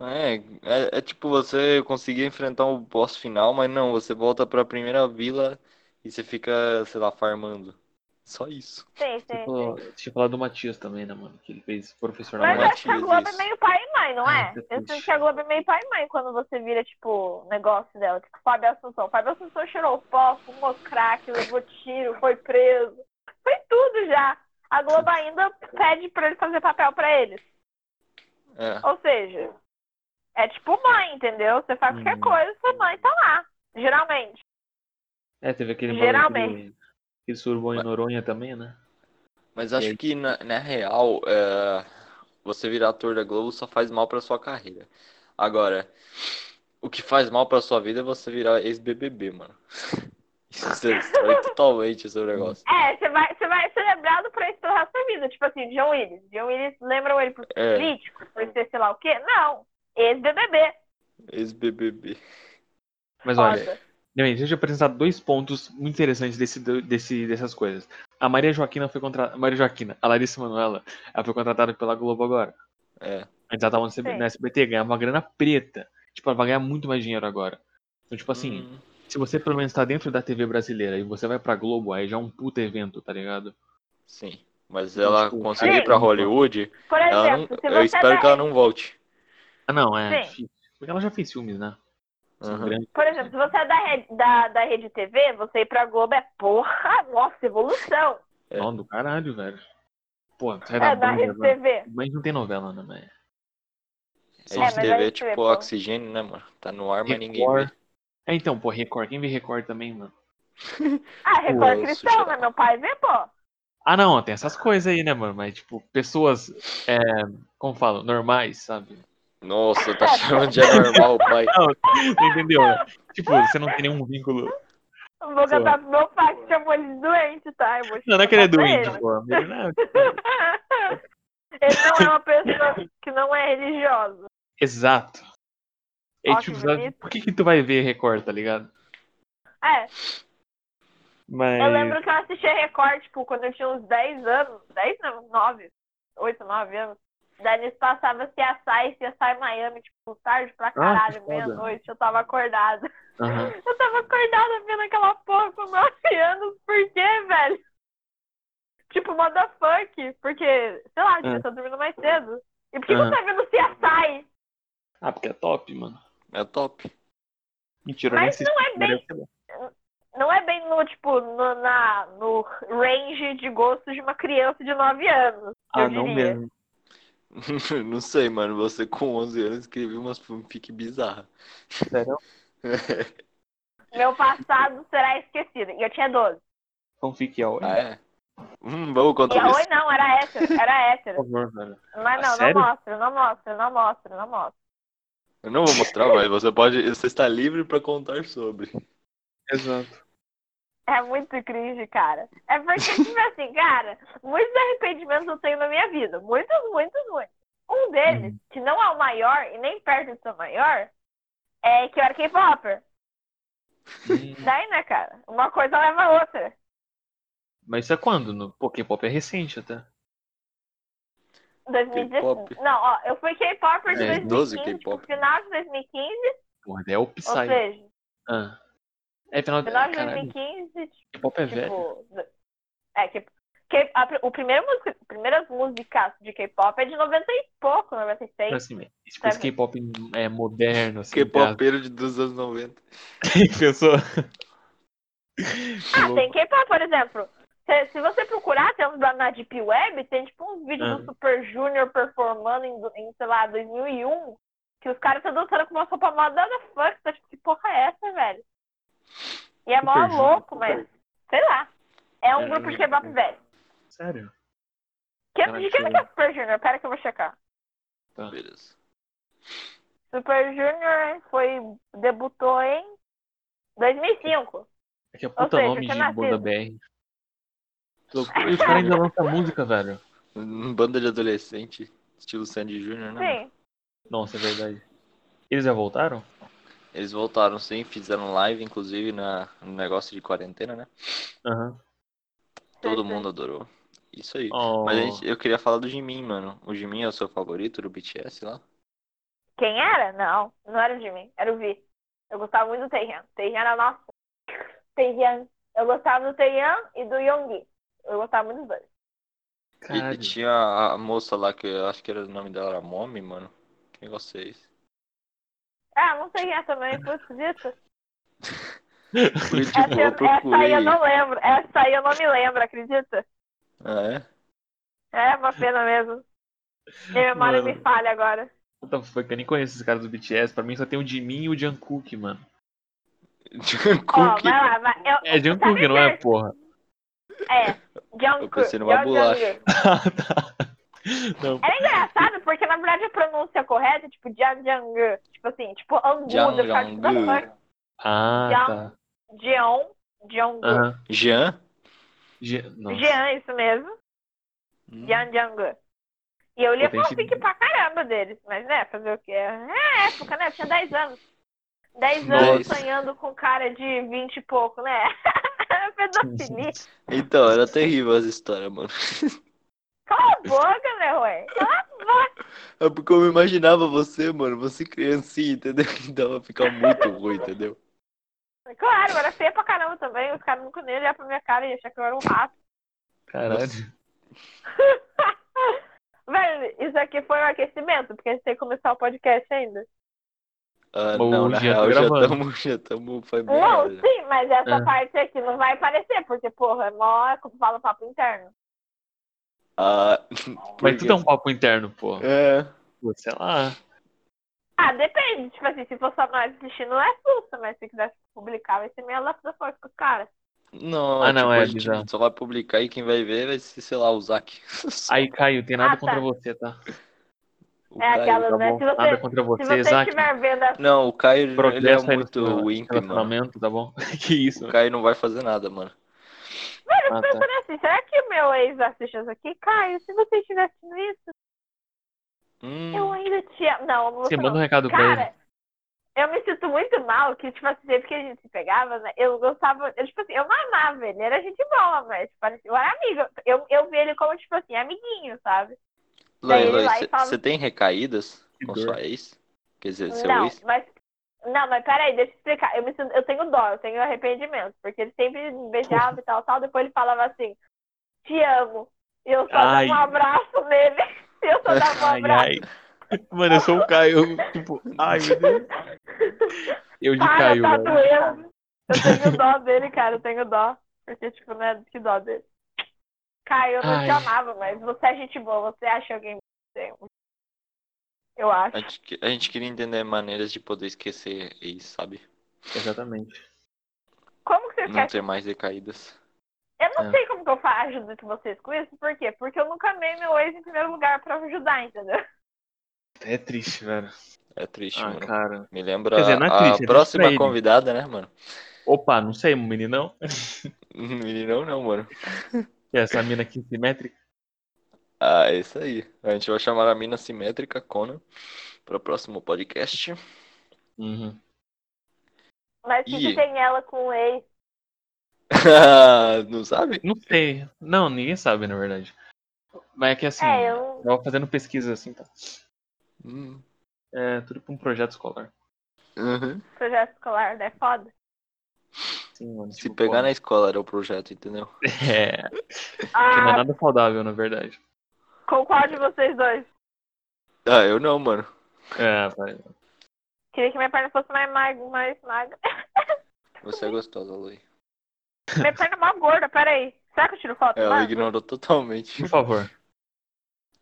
Speaker 2: É, é, é tipo você conseguir enfrentar o boss final, mas não, você volta pra primeira vila e você fica, sei lá, farmando. Só isso.
Speaker 3: Sim,
Speaker 1: Você
Speaker 3: sim, sim.
Speaker 1: falou- você tinha falado do Matias também, né, mano? Que ele fez professor
Speaker 3: Mas eu
Speaker 1: namorado.
Speaker 3: acho que a
Speaker 2: Matias,
Speaker 3: Globo é
Speaker 2: isso.
Speaker 3: meio pai e mãe, não
Speaker 1: Ah,
Speaker 3: é?
Speaker 1: isso é
Speaker 3: Eu
Speaker 1: triste.
Speaker 3: sinto que a Globo é meio pai e mãe quando você vira, tipo, negócio dela. Tipo, Fábio Assunção. Fábio Assunção cheirou pó, fumou crack, levou tiro, foi preso. Foi tudo já. A Globo ainda pede pra ele fazer papel pra eles.
Speaker 2: É,
Speaker 3: Ou seja, é tipo mãe, entendeu? Você faz qualquer
Speaker 1: Hum.
Speaker 3: coisa, sua mãe tá lá. Geralmente.
Speaker 1: É, teve aquele
Speaker 3: Geralmente.
Speaker 1: Aquele, aquele surubão em Noronha também, né?
Speaker 2: mas
Speaker 1: E
Speaker 2: acho
Speaker 1: aí?
Speaker 2: que na, na real, é, você virar ator da Globo só faz mal pra sua carreira. Agora, o que faz mal pra sua vida é você virar ex-BBB, mano. Isso você destrói totalmente o seu negócio.
Speaker 3: É, você vai, você vai ser lembrado por isso pelo resto da vida. Tipo assim, John Willis. John Willis lembram ele por ser
Speaker 2: É.
Speaker 3: político, por ser sei lá o quê? Não. Ex-BBB.
Speaker 2: Ex-BBB.
Speaker 1: Mas olha,
Speaker 3: Foda.
Speaker 1: Bem, deixa eu apresentar dois pontos muito interessantes desse, desse- dessas coisas. A Maria Joaquina foi contratada. Maria Joaquina, a Larissa Manoela, ela foi contratada pela Globo agora.
Speaker 2: É.
Speaker 1: Antes ela tava no
Speaker 3: Sim.
Speaker 1: CB na SBT, ganhava uma grana preta. Tipo, ela vai ganhar muito mais dinheiro agora. Então, tipo assim,
Speaker 2: Hum,
Speaker 1: se você pelo menos tá dentro da TV brasileira e você vai pra Globo, aí já é um puta evento, tá ligado?
Speaker 2: sim. Mas
Speaker 1: Então,
Speaker 2: ela
Speaker 1: tipo,
Speaker 2: conseguir ir
Speaker 3: cara,
Speaker 2: pra
Speaker 1: não pode.
Speaker 2: Hollywood.
Speaker 3: Por
Speaker 2: Ela
Speaker 3: exemplo,
Speaker 2: não,
Speaker 3: se
Speaker 2: eu
Speaker 3: é, você é
Speaker 2: espero
Speaker 3: der-
Speaker 2: que ela não volte.
Speaker 1: Ah, não, é
Speaker 3: Sim.
Speaker 1: difícil. Porque ela já fez filmes, né? São
Speaker 2: Aham.
Speaker 1: grandes.
Speaker 3: Por exemplo, se você é da rede, da, da rede TV, você ir pra Globo é porra, nossa, evolução.
Speaker 2: É.
Speaker 1: Não, do caralho, velho. Pô, sai da né?
Speaker 3: É, da
Speaker 1: Band
Speaker 3: rede
Speaker 1: agora.
Speaker 3: TV.
Speaker 1: Mas não tem novela, né, velho?
Speaker 2: É,
Speaker 1: São
Speaker 3: mas
Speaker 2: TV
Speaker 3: aí
Speaker 2: é
Speaker 3: tu vê,
Speaker 2: tipo
Speaker 3: pô.
Speaker 2: oxigênio, né, mano? Tá no ar, mas ninguém
Speaker 1: Record.
Speaker 2: vê.
Speaker 1: Tipo, É, então, pô, Record. Quem vê Record também, mano?
Speaker 3: Ah, Record
Speaker 2: Pô,
Speaker 3: Cristão,
Speaker 2: sujeira.
Speaker 3: né? Meu pai vê, pô.
Speaker 1: Ah, não, tem essas coisas aí, né, mano? Mas, tipo, pessoas, é, como falo, normais, sabe?
Speaker 2: Nossa, tá chamando de anormal o pai.
Speaker 1: Não entendeu? né? Tipo, você não tem nenhum vínculo.
Speaker 3: Eu Vou cantar pro meu pai que chamou ele de doente, tá? Eu vou
Speaker 1: Não, não é que ele é
Speaker 3: cantar pra
Speaker 1: doente,
Speaker 3: Ele.
Speaker 1: pô. Ele não é-
Speaker 3: Ele não é uma pessoa que não é religiosa.
Speaker 1: Exato. É,
Speaker 3: Ó, que
Speaker 1: tipo, sabe,
Speaker 3: bonito.
Speaker 1: por que que tu vai ver Record, tá ligado?
Speaker 3: É,
Speaker 1: Mas...
Speaker 3: eu lembro que eu assistia Record, tipo, quando eu tinha uns 10 anos. 10 não, 9. 8, 9 anos. Daí eles passavam assim, se assai, se assai Miami, tipo, tarde pra
Speaker 1: Ah, que
Speaker 3: caralho,
Speaker 1: foda.
Speaker 3: meia-noite. Eu tava acordada.
Speaker 1: Aham.
Speaker 3: Eu tava acordada vendo aquela porra com 9 anos, por quê, velho? Tipo, motherfuck, porque, sei lá, eu tô dormindo mais cedo. E por que
Speaker 1: Ah. Aham.
Speaker 3: você tá vendo CSI?
Speaker 1: Ah, porque é top, mano.
Speaker 2: É top.
Speaker 1: Mentira, eu nem
Speaker 3: Mas
Speaker 1: sei.
Speaker 3: não é bem, não é bem no, tipo, no, na, no range de gostos de uma criança de 9 anos.
Speaker 1: Ah,
Speaker 3: eu
Speaker 1: não
Speaker 3: diria.
Speaker 1: mesmo.
Speaker 2: Não sei, mano. Você com 11 anos escreveu umas fanfic bizarras.
Speaker 1: Sério?
Speaker 3: Meu passado será esquecido. E eu tinha 12.
Speaker 1: Fanfic é ótimo.
Speaker 2: Ah, é? Hum, vamos
Speaker 3: E
Speaker 2: contar
Speaker 3: a
Speaker 2: isso.
Speaker 3: Oi não, era hétero, era hétero.
Speaker 1: Por favor, velho.
Speaker 3: Mas
Speaker 1: Ah,
Speaker 3: não,
Speaker 1: sério?
Speaker 3: não mostra, não mostra, não mostra, não mostra.
Speaker 2: Eu não vou mostrar, mas você pode. Você está livre pra contar sobre.
Speaker 1: Exato.
Speaker 3: É muito cringe, cara. É porque, tipo assim, cara, muitos arrependimentos eu tenho na minha vida. Muitos, muitos, muitos. Um deles,
Speaker 1: Uhum.
Speaker 3: que não é o maior e nem perto de ser o maior, é que eu era K-Popper.
Speaker 1: Hum,
Speaker 3: Daí, né, cara? Uma coisa leva a outra.
Speaker 1: Mas isso é quando? No... Pô, K-pop é recente até.
Speaker 3: 2016.
Speaker 2: K-pop.
Speaker 3: Não, ó, eu fui K-Popper de
Speaker 1: É,
Speaker 2: 12
Speaker 3: 2015, tipo,
Speaker 2: K-pop.
Speaker 3: final de 2015,
Speaker 1: Porra, daí é o Psy.
Speaker 3: ou seja,
Speaker 1: Ah. É final de.
Speaker 3: final de
Speaker 1: Caralho,
Speaker 3: 2015,
Speaker 1: K-pop é velho.
Speaker 3: tipo. É, que, que a, o primeiro música, primeiras músicas de K-pop é de 90 e pouco, 96.
Speaker 1: Assim, mesmo. tipo, esse
Speaker 3: Sabe?
Speaker 1: K-pop é moderno, assim. tá?
Speaker 2: K-popeiro de dos anos 90.
Speaker 1: Pensou?
Speaker 3: Ah, tem K-pop, por exemplo. Se, se você procurar, tem uns da- na Deep Web, tem tipo uns vídeos
Speaker 1: Ah.
Speaker 3: do Super Junior performando em, do- em, sei lá, 2001, que os caras estão dançando com uma roupa mó da funk, tá tipo, que porra é essa, velho? E é mó
Speaker 1: Super Junior,
Speaker 3: louco, mas, sei lá. É um
Speaker 2: É,
Speaker 3: grupo de
Speaker 2: não-
Speaker 3: K-pop velho.
Speaker 1: Sério?
Speaker 3: Que,
Speaker 1: Cara,
Speaker 3: de que
Speaker 1: que-
Speaker 3: que é Super Junior? Pera que eu vou checar.
Speaker 1: Tá.
Speaker 2: Beleza.
Speaker 3: Super Junior foi, debutou em 2005.
Speaker 1: É que é puta
Speaker 3: Ou seja,
Speaker 1: nome
Speaker 3: que é
Speaker 1: de
Speaker 3: nascido.
Speaker 1: banda BR. Que loucura. E os caras ainda lançam música, velho.
Speaker 2: Hum, Banda de adolescente, estilo Sandy Júnior, né? mano?
Speaker 3: Sim.
Speaker 1: Nossa, é verdade. Eles já voltaram?
Speaker 2: Eles voltaram sim, fizeram live, inclusive, na, no negócio de quarentena, né?
Speaker 1: Aham.
Speaker 2: Todo
Speaker 3: Sim, sim.
Speaker 2: mundo adorou. Isso aí.
Speaker 1: Oh,
Speaker 2: Mas a gente- eu queria falar do Jimin, mano. O Jimin é o seu favorito do BTS lá?
Speaker 3: Quem era? Não, não era o Jimin, era o Vi. Eu gostava muito do Taehyung. Taehyung era nosso. Taehyung. Eu gostava do Taehyung e do Yonggi. Eu gostava muito dos dois.
Speaker 2: E- E,
Speaker 1: caralho.
Speaker 2: tinha a, a moça lá que eu acho que era o nome dela era Momi, mano. Que negócio é esse?
Speaker 3: Ah, não sei quem é também, putz, isso.
Speaker 2: Porque,
Speaker 3: Essa,
Speaker 2: tipo, eu
Speaker 3: eu- essa aí
Speaker 2: procurei.
Speaker 3: eu não lembro. Essa aí eu não me lembro, acredita?
Speaker 2: Ah, é?
Speaker 3: É uma pena mesmo. Minha memória
Speaker 1: Mano.
Speaker 3: me falha agora.
Speaker 1: Puta fuck, eu nem conheço esses caras do BTS. Pra mim só tem o Jimin e o Jungkook, mano.
Speaker 3: Ó,
Speaker 2: Jungkook.
Speaker 3: vai lá, vai. Eu,
Speaker 1: É Jungkook, não é, porra?
Speaker 3: é, Jungkook.
Speaker 2: Eu pensei numa
Speaker 3: Jung-
Speaker 2: bolacha.
Speaker 3: Jungkook.
Speaker 1: Ah, tá. Não,
Speaker 3: Era engraçado porque, na verdade, a pronúncia correta é tipo Jang Jang. Tipo assim, tipo anguda. ficar tipo,
Speaker 2: Jang-
Speaker 3: "What the
Speaker 1: Ah, tá.
Speaker 3: fuck?" Jeon. Jeong.
Speaker 1: Aham.
Speaker 2: Jean?
Speaker 1: Ge- Ah, Nossa.
Speaker 3: Jean, isso mesmo.
Speaker 2: Hum.
Speaker 3: Jean Jang. E eu lia
Speaker 1: Pô, tem gente-
Speaker 3: fanfic pra caramba deles. Mas, né, fazer o quê? É a época, né? Eu tinha 10 anos. 10 anos
Speaker 2: Nossa.
Speaker 3: sonhando com cara de 20 e pouco, né? Pedofilia.
Speaker 2: Então, era terrível as histórias, mano.
Speaker 3: Cala a boca, meu ué. Cala a boca.
Speaker 2: É porque eu me imaginava você, mano. Você criancinha, entendeu? Então vai ficar muito ruim, entendeu?
Speaker 3: Claro, eu era feia pra caramba também. Os caras nunca nem olhavam pra minha cara e achavam que eu era um rato.
Speaker 1: Caralho.
Speaker 3: Velho, isso aqui foi um aquecimento, porque a gente tem que começar o podcast ainda.
Speaker 2: Ah,
Speaker 1: Bom,
Speaker 2: não, na
Speaker 1: já tá
Speaker 2: real, já
Speaker 1: gravando.
Speaker 2: estamos. Já estamos. Foi bem.
Speaker 3: Não,
Speaker 2: já.
Speaker 3: sim, mas essa
Speaker 1: É.
Speaker 3: parte aqui não vai aparecer, porque, porra, é mó, como fala papo interno.
Speaker 2: Ah,
Speaker 1: Mas
Speaker 2: por
Speaker 1: tudo é
Speaker 2: quê?
Speaker 1: um papo interno, pô.
Speaker 2: É.
Speaker 1: Pô, Sei lá.
Speaker 3: Ah, depende, tipo assim, se for só nós assistindo, não é susto, mas se quiser publicar, vai ser meio lá da força com os caras.
Speaker 2: Não,
Speaker 1: Ah, não,
Speaker 2: tipo,
Speaker 1: é
Speaker 2: a gente
Speaker 1: bizarro.
Speaker 2: só vai publicar e quem vai ver vai ser, sei lá, o Zac.
Speaker 1: Aí, Caio, tem nada
Speaker 3: Ah, tá.
Speaker 1: contra você, tá?
Speaker 2: O
Speaker 3: É
Speaker 2: Caio.
Speaker 3: aquela-
Speaker 1: Tá
Speaker 3: Mas
Speaker 1: bom?
Speaker 3: se você-
Speaker 1: Nada contra
Speaker 3: Se
Speaker 1: você,
Speaker 3: você
Speaker 1: Isaac.
Speaker 3: estiver vendo essa.
Speaker 2: Não, o Caio ele é
Speaker 1: Progresso aí no
Speaker 2: muito
Speaker 1: seu
Speaker 2: wimp, mano.
Speaker 1: relacionamento, tá bom? Que isso,
Speaker 2: O Caio não vai fazer nada, mano.
Speaker 1: Ah, tá.
Speaker 3: Pensando assim, será que o meu ex assiste isso aqui? Caio, se você estiver assistindo isso,
Speaker 2: Hum,
Speaker 3: eu ainda te amo. Não, você
Speaker 1: Você
Speaker 3: não.
Speaker 1: manda um recado pra ele.
Speaker 3: Cara, eu me sinto muito mal que, tipo assim, sempre que a gente se pegava, né? Eu gostava, eu, tipo assim, eu não amava ele, era gente boa, mas tipo, parecia- eu era amigo. Eu, eu vi ele como, tipo assim, amiguinho, sabe?
Speaker 2: Loi,
Speaker 3: ele
Speaker 2: Loi,
Speaker 3: vai e
Speaker 2: cê-
Speaker 3: fala-
Speaker 2: você tem recaídas
Speaker 1: Que
Speaker 2: com
Speaker 1: dor.
Speaker 2: sua ex? Quer dizer, seu
Speaker 3: não,
Speaker 2: ex?
Speaker 3: mas. Não, mas peraí, deixa eu explicar. Eu, me sinto- eu tenho dó, eu tenho arrependimento. Porque ele sempre me beijava e tal, tal. Depois ele falava assim: Te amo. E eu só
Speaker 1: Ai.
Speaker 3: dava um abraço nele. E eu só dava um
Speaker 1: Ai,
Speaker 3: abraço.
Speaker 1: ai. Mano, eu sou o Caio. Tipo, ai, meu Deus. Eu de
Speaker 3: Cara,
Speaker 1: Caio,
Speaker 3: tá
Speaker 1: velho.
Speaker 3: doendo. Eu tenho dó dele, cara, eu tenho dó. Porque, tipo, né, que dó dele. Caio, eu não
Speaker 1: Ai.
Speaker 3: te amava, mas você é gente boa, você acha alguém bom. Eu acho.
Speaker 2: A gente, que- a gente queria entender maneiras de poder esquecer ex, sabe?
Speaker 1: Exatamente.
Speaker 3: Como que você
Speaker 2: Não
Speaker 3: quer?
Speaker 2: ter mais recaídas.
Speaker 3: Eu não
Speaker 1: É.
Speaker 3: sei como que eu fa- ajudo vocês com isso, por quê? Porque eu nunca amei meu ex em primeiro lugar pra ajudar, entendeu?
Speaker 1: É triste, velho.
Speaker 2: É triste,
Speaker 1: Ah,
Speaker 2: mano.
Speaker 1: cara.
Speaker 2: Me lembra
Speaker 1: Quer dizer, não é
Speaker 2: a
Speaker 1: triste, é triste
Speaker 2: próxima
Speaker 1: pra ele.
Speaker 2: convidada, né, mano?
Speaker 1: Opa, não sei, meninão. é
Speaker 2: Meninão não, mano.
Speaker 1: Essa mina aqui simétrica.
Speaker 2: Ah, é isso aí. A gente vai chamar a mina simétrica, Conan, para o próximo podcast.
Speaker 1: Uhum.
Speaker 3: Mas o que, que
Speaker 2: Ih.
Speaker 3: tem ela com o ex?
Speaker 2: Ah, Não sabe?
Speaker 1: Não sei. Não, ninguém sabe, na verdade. Mas é que assim,
Speaker 3: É,
Speaker 1: eu
Speaker 3: eu.
Speaker 1: tava fazendo pesquisa assim, tá?
Speaker 2: Hum.
Speaker 1: É tudo pra um projeto escolar.
Speaker 2: Uhum.
Speaker 3: Projeto escolar, né? Foda.
Speaker 1: Sim, mano.
Speaker 2: Se
Speaker 1: tipo,
Speaker 2: pegar
Speaker 1: pô,
Speaker 2: na escola era o projeto, entendeu?
Speaker 1: É, que não é
Speaker 3: Ah,
Speaker 1: nada saudável, na verdade.
Speaker 3: com qual de vocês dois?
Speaker 2: Ah, eu não, mano.
Speaker 1: É, vai.
Speaker 3: Queria que minha perna fosse mais magra, mais magra.
Speaker 2: Você é gostosa, Lui.
Speaker 3: Minha perna é mó gorda, peraí. Será que eu tiro
Speaker 1: É,
Speaker 3: foto?
Speaker 2: É, Ela
Speaker 3: mano?
Speaker 2: ignorou totalmente.
Speaker 1: Por favor.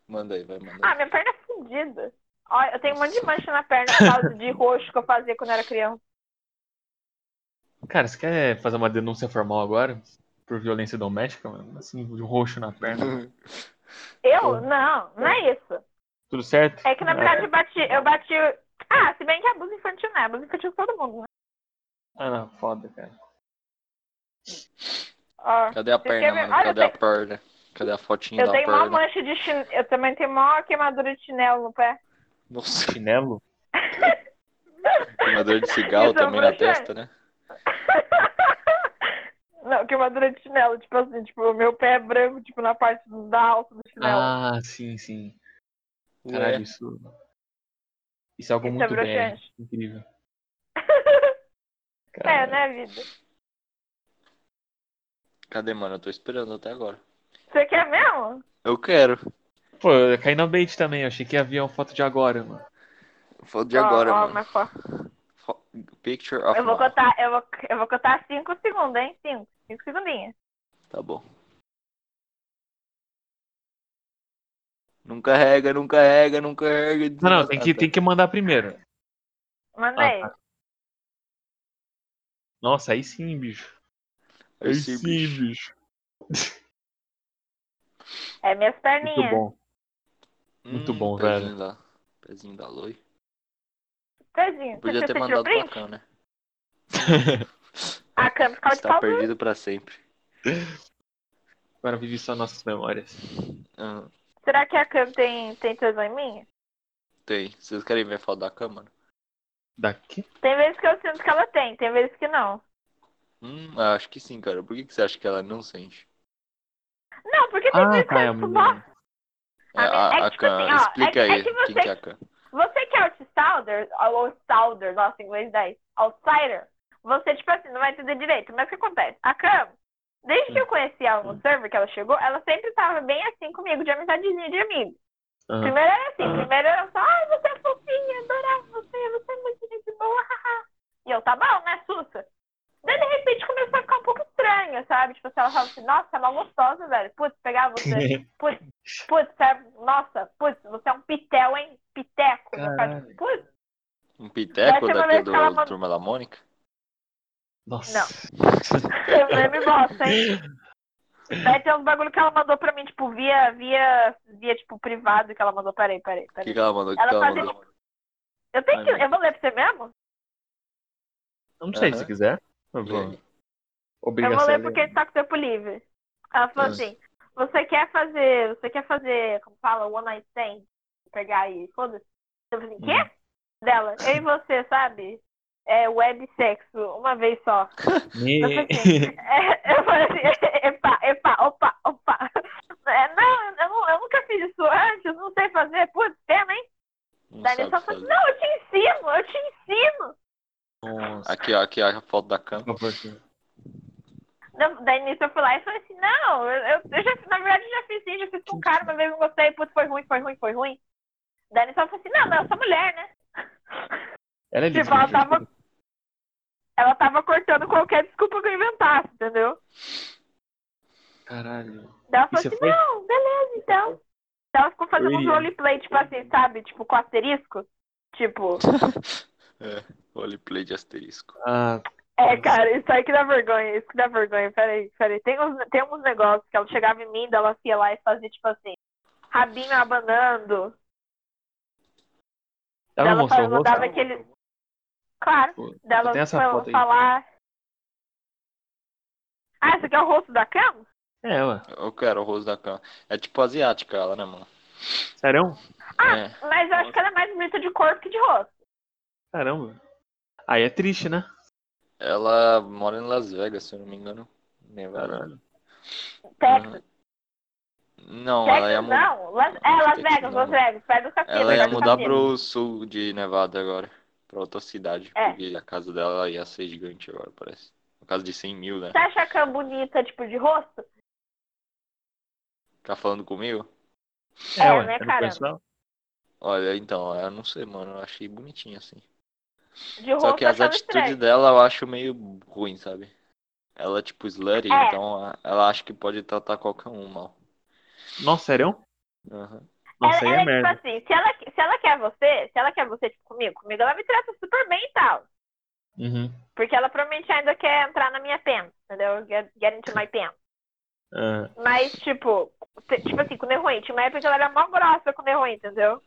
Speaker 2: Manda aí, vai, manda
Speaker 3: Ah,
Speaker 2: aí.
Speaker 3: minha perna é fudida. Olha, eu tenho um monte de mancha na perna por causa de roxo que eu fazia quando era criança.
Speaker 1: Cara, você quer fazer uma denúncia formal agora? Por violência doméstica, mano? Assim, de roxo na perna.
Speaker 2: Uhum.
Speaker 3: Eu? Não, não é isso.
Speaker 1: Tudo certo?
Speaker 3: É que na verdade eu bati, eu bati. Ah, se bem que é abuso infantil, né? Abuso infantil com todo mundo, né?
Speaker 1: Ah, não, foda, cara.
Speaker 3: Ó,
Speaker 2: Cadê a
Speaker 3: quer
Speaker 2: perna,
Speaker 3: ver?
Speaker 2: mano?
Speaker 3: Olha,
Speaker 2: Cadê
Speaker 3: eu
Speaker 2: a perna? Cadê a fotinha
Speaker 3: eu
Speaker 2: da
Speaker 3: tenho mó
Speaker 2: perna?
Speaker 3: mancha de chinelo. Eu também tenho mó queimadura de chinelo no pé.
Speaker 2: Nossa,
Speaker 1: Chinelo?
Speaker 2: queimador de cigarro
Speaker 3: Isso é um
Speaker 2: também na
Speaker 3: projeto.
Speaker 2: testa, né?
Speaker 3: Não, queimadura de chinelo, tipo assim, tipo, o meu pé é branco, tipo, na parte da alça do chinelo.
Speaker 1: Ah, sim, sim. Caralho,
Speaker 2: Ué.
Speaker 1: isso. Isso é algo
Speaker 3: Isso é
Speaker 1: muito bem.
Speaker 3: broxante.
Speaker 1: Incrível.
Speaker 3: é,
Speaker 1: Caralho.
Speaker 3: né, vida?
Speaker 2: Cadê, mano? Eu tô esperando até agora.
Speaker 3: Você quer mesmo?
Speaker 2: Eu quero.
Speaker 1: Pô, eu caí na bait também, eu achei que havia uma foto de agora, mano.
Speaker 2: Foto de
Speaker 3: Ó,
Speaker 2: agora, mano.
Speaker 3: ó,
Speaker 2: Tá
Speaker 3: minha foto.
Speaker 2: Fo- Picture of
Speaker 3: Eu vou
Speaker 2: now.
Speaker 3: contar, eu vou, eu vou contar 5 segundos, hein? 5, 5 segundinhos.
Speaker 2: Tá bom. Não carrega, não carrega, não carrega.
Speaker 1: Não, não, tem que,
Speaker 2: Ah, tá.
Speaker 1: tem que mandar primeiro.
Speaker 3: Mandei.
Speaker 1: Ah, Nossa, aí sim, bicho.
Speaker 2: Aí sim, bicho.
Speaker 3: É minhas
Speaker 1: Muito
Speaker 3: perninhas.
Speaker 1: bom. Muito bom,
Speaker 2: Hum, pezinho Da, pezinho da Loi.
Speaker 3: Tadinho.
Speaker 2: Podia
Speaker 3: você
Speaker 2: ter
Speaker 3: tirou
Speaker 2: mandado pra
Speaker 3: print?
Speaker 2: Cam, né?
Speaker 3: A câmera ficava de
Speaker 2: Está
Speaker 3: pau duro.
Speaker 2: tá perdido pra sempre.
Speaker 1: Agora vive só nossas memórias.
Speaker 2: Ah,
Speaker 3: Será que a câmera tem, tem tesão em mim?
Speaker 2: tem. Vocês querem ver a foto da Cam, mano?
Speaker 1: Daqui?
Speaker 3: Tem vezes que eu sinto que ela tem, tem vezes que não.
Speaker 2: Hum, ah, acho que sim, cara. Por que, que você acha que ela não sente?
Speaker 3: Não, porque tem
Speaker 1: Ah,
Speaker 3: vezes que
Speaker 1: tá, é a
Speaker 3: eu
Speaker 1: menina.
Speaker 3: tipo,
Speaker 2: É,
Speaker 3: Ah, é
Speaker 2: a,
Speaker 3: que
Speaker 2: a
Speaker 3: tipo
Speaker 2: Cam,
Speaker 3: assim, ó,
Speaker 2: explica
Speaker 3: é que- é
Speaker 2: aí
Speaker 3: que
Speaker 2: quem que é a Cam.
Speaker 3: Você que é outsider, ou outsider, nossa, inglês 10, outsider, você, tipo assim, não vai entender direito. Mas o que acontece? A Cam, desde
Speaker 1: Hum.
Speaker 3: que eu conheci ela no server, que ela chegou, ela sempre tava bem assim comigo, de amizadezinha de amigo.
Speaker 1: Aham.
Speaker 3: Primeiro era assim, primeiro era só, ai, você é fofinha, adorava você, você é muito gente boa. E eu, tá bom, né, Sussa? Daí, de repente, começou a ficar um pouco estranha, sabe? Tipo, se ela falava assim, nossa, é mal gostosa, velho. Putz, pegar você. Putz, putz, é... nossa, putz, você é um pitel, hein? Piteco. Eu ficava, tipo, Putz,
Speaker 2: Um
Speaker 3: Essa
Speaker 2: piteco
Speaker 3: é uma
Speaker 2: daqui
Speaker 3: vez
Speaker 2: do
Speaker 3: que ela mandou-
Speaker 2: Turma da Mônica?
Speaker 1: Nossa.
Speaker 3: eu me é bosta, hein? Daí tem uns bagulho que ela mandou pra mim, tipo, via, via, via, tipo, privado que ela mandou. Peraí, peraí,
Speaker 2: O que,
Speaker 3: peraí.
Speaker 2: que ela mandou? O que
Speaker 3: Ela
Speaker 2: que ela
Speaker 3: fazia-
Speaker 2: mandou?
Speaker 3: Eu tenho
Speaker 1: Ai,
Speaker 3: que.
Speaker 1: meu
Speaker 3: Eu vou ler pra você mesmo?
Speaker 1: Não sei,
Speaker 2: Aham. Tá
Speaker 1: se quiser. Eu vou-
Speaker 2: Lê.
Speaker 3: Eu
Speaker 1: Obrigação.
Speaker 3: vou ler
Speaker 1: né?
Speaker 3: porque ele tá com tempo livre. Ela falou
Speaker 2: Ah.
Speaker 3: assim: você quer fazer, você quer fazer, como fala, one night stand? Pegar aí, foda-se. Eu falei assim, quê?
Speaker 2: Hum.
Speaker 3: Dela, eu e você, sabe? É web sexo, uma vez só. Eu falei assim, é, eu falei assim, epa, epa, opa, opa. É, não, eu, não, eu nunca fiz isso antes, não sei fazer, putz, pena, hein?
Speaker 2: Não
Speaker 3: Daí
Speaker 2: sabe
Speaker 3: ele só falou assim,
Speaker 2: fazer.
Speaker 3: não, eu te ensino, eu te ensino.
Speaker 1: Nossa.
Speaker 2: Aqui, ó, aqui ó, a foto da cama.
Speaker 1: Por favor.
Speaker 3: Não, Daí nisso eu fui lá e falei assim, não, eu, eu- eu já, na verdade eu já fiz sim, já fiz com um cara, uma vez não gostei, putz, foi ruim, foi ruim, foi ruim. Daí nisso ela falou assim, não, mas eu sou mulher, né?
Speaker 1: Ela é
Speaker 3: Tipo, ela
Speaker 1: lesbíaca.
Speaker 3: tava, ela tava cortando qualquer desculpa que eu inventasse, entendeu?
Speaker 1: Caralho.
Speaker 3: Daí ela
Speaker 1: E
Speaker 3: falou
Speaker 1: você
Speaker 3: assim,
Speaker 1: foi?
Speaker 3: não, beleza, então. Daí ela ficou fazendo
Speaker 1: Eu
Speaker 3: um
Speaker 1: iria.
Speaker 3: roleplay, tipo assim, sabe? Tipo, com asterisco. Tipo,
Speaker 2: Olha play de asterisco.
Speaker 1: Ah,
Speaker 3: é,
Speaker 1: Nossa.
Speaker 3: cara, isso aí que dá vergonha, isso que dá vergonha, peraí, peraí. Tem uns, tem uns negócios que ela chegava em mim, daí ela ia lá e fazia, tipo assim, rabinho abanando.
Speaker 1: ela não
Speaker 3: Dela
Speaker 1: mostrou o
Speaker 3: falando,
Speaker 1: tá rosto?
Speaker 3: dava aquele. Claro,
Speaker 1: Pô, só
Speaker 3: dela
Speaker 1: tem essa
Speaker 3: foi
Speaker 1: foto aí.
Speaker 3: falar. Ah, esse aqui é o rosto da cama?
Speaker 1: É, ué.
Speaker 2: Eu quero o rosto da cama. É tipo asiática ela, né, mano?
Speaker 1: Sério?
Speaker 2: Ah.
Speaker 3: Mas eu acho que ela é mais bonita de corpo que de rosto.
Speaker 1: Caramba. Aí é triste, né?
Speaker 2: Ela mora em Las Vegas, se eu não me engano. Nevada.
Speaker 1: Caralho.
Speaker 3: Texas.
Speaker 2: Não, ela ia
Speaker 3: Texas
Speaker 2: mudar.
Speaker 3: não. Las... É, Las
Speaker 2: Texas
Speaker 3: Vegas,
Speaker 2: não.
Speaker 3: Las Vegas. Pega o capítulo.
Speaker 2: Ela ia
Speaker 3: pega o
Speaker 2: mudar
Speaker 3: capítulo.
Speaker 2: pro sul de Nevada agora. Pra outra cidade.
Speaker 3: É.
Speaker 2: Porque a casa dela ia ser gigante agora, parece. Uma casa de 100 mil, né?
Speaker 3: Você acha a cama bonita, tipo, de rosto?
Speaker 2: Tá falando comigo?
Speaker 3: É,
Speaker 1: ué.
Speaker 3: né,
Speaker 1: Eu não
Speaker 3: cara?
Speaker 1: conheço ela.
Speaker 2: Olha, então, eu não sei, mano. Eu achei bonitinha assim.
Speaker 3: De rosto
Speaker 2: Só que
Speaker 3: eu
Speaker 2: as
Speaker 3: achava
Speaker 2: atitudes
Speaker 3: tá estranho.
Speaker 2: dela eu acho meio ruim, sabe? Ela é tipo slutty,
Speaker 3: É.
Speaker 2: então a- ela acha que pode tratar qualquer um mal.
Speaker 1: Nossa, sério?
Speaker 2: Aham.
Speaker 1: Nossa,
Speaker 3: ela,
Speaker 1: aí é
Speaker 3: ela é tipo
Speaker 1: merda.
Speaker 3: assim, se ela, se ela quer você, se ela quer você, tipo, comigo, comigo, ela me trata super bem e tal.
Speaker 1: Uhum.
Speaker 3: Porque ela provavelmente ainda quer entrar na minha pen, entendeu? Get, get into my pen.
Speaker 1: Ah,
Speaker 3: Mas, tipo, te- tipo assim, com o Neruim. Tinha uma época que ela era mó grossa com o Neruim, entendeu?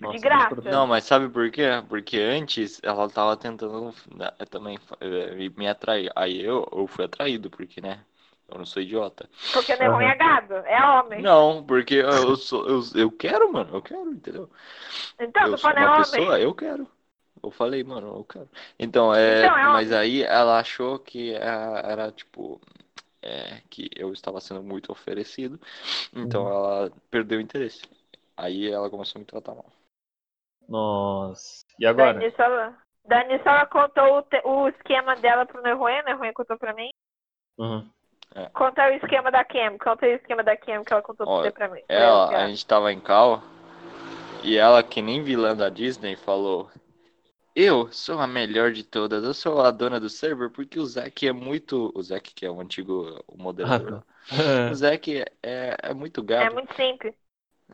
Speaker 1: nossa,
Speaker 3: graça.
Speaker 1: mas tudo bem.
Speaker 2: Não, mas sabe por quê? Porque antes ela tava tentando né, também eh, me- me atrair. Aí eu, eu fui atraído, porque, né? Eu não sou idiota.
Speaker 3: Porque o Neruim é gado, é homem.
Speaker 2: Não, porque eu, eu sou. Eu, eu quero, mano. Eu quero, entendeu?
Speaker 3: então,
Speaker 2: eu
Speaker 3: tu
Speaker 2: sou
Speaker 3: falando é
Speaker 2: uma
Speaker 3: homem.
Speaker 2: pessoa, eu quero. Eu falei, mano, eu quero. Então, é,
Speaker 3: Então, é uma-
Speaker 2: mas aí ela achou que ah, era tipo é, que eu estava sendo muito oferecido, então ela perdeu o interesse. Aí ela começou a me tratar mal.
Speaker 1: Nossa. E
Speaker 3: Daí
Speaker 1: agora?
Speaker 3: nisso ela, daí nisso ela contou o, te- o esquema dela pro Neruim, o Neruim contou pra mim.
Speaker 1: Uhum.
Speaker 3: Conta o esquema da Cam, conta o esquema da Cam que ela contou pra
Speaker 2: Olha,
Speaker 3: você pra mim.
Speaker 2: Ela, É, a
Speaker 3: Pra eu,
Speaker 2: gente tava em cal e ela que nem vilã da Disney falou: "Eu sou a melhor de todas, eu sou a dona do server porque o Zack é muito, o Zack que é o antigo
Speaker 1: Ah,
Speaker 2: moderador.
Speaker 1: tá.
Speaker 2: O Zack é, é muito
Speaker 3: cara.
Speaker 2: gato.
Speaker 3: É muito simples.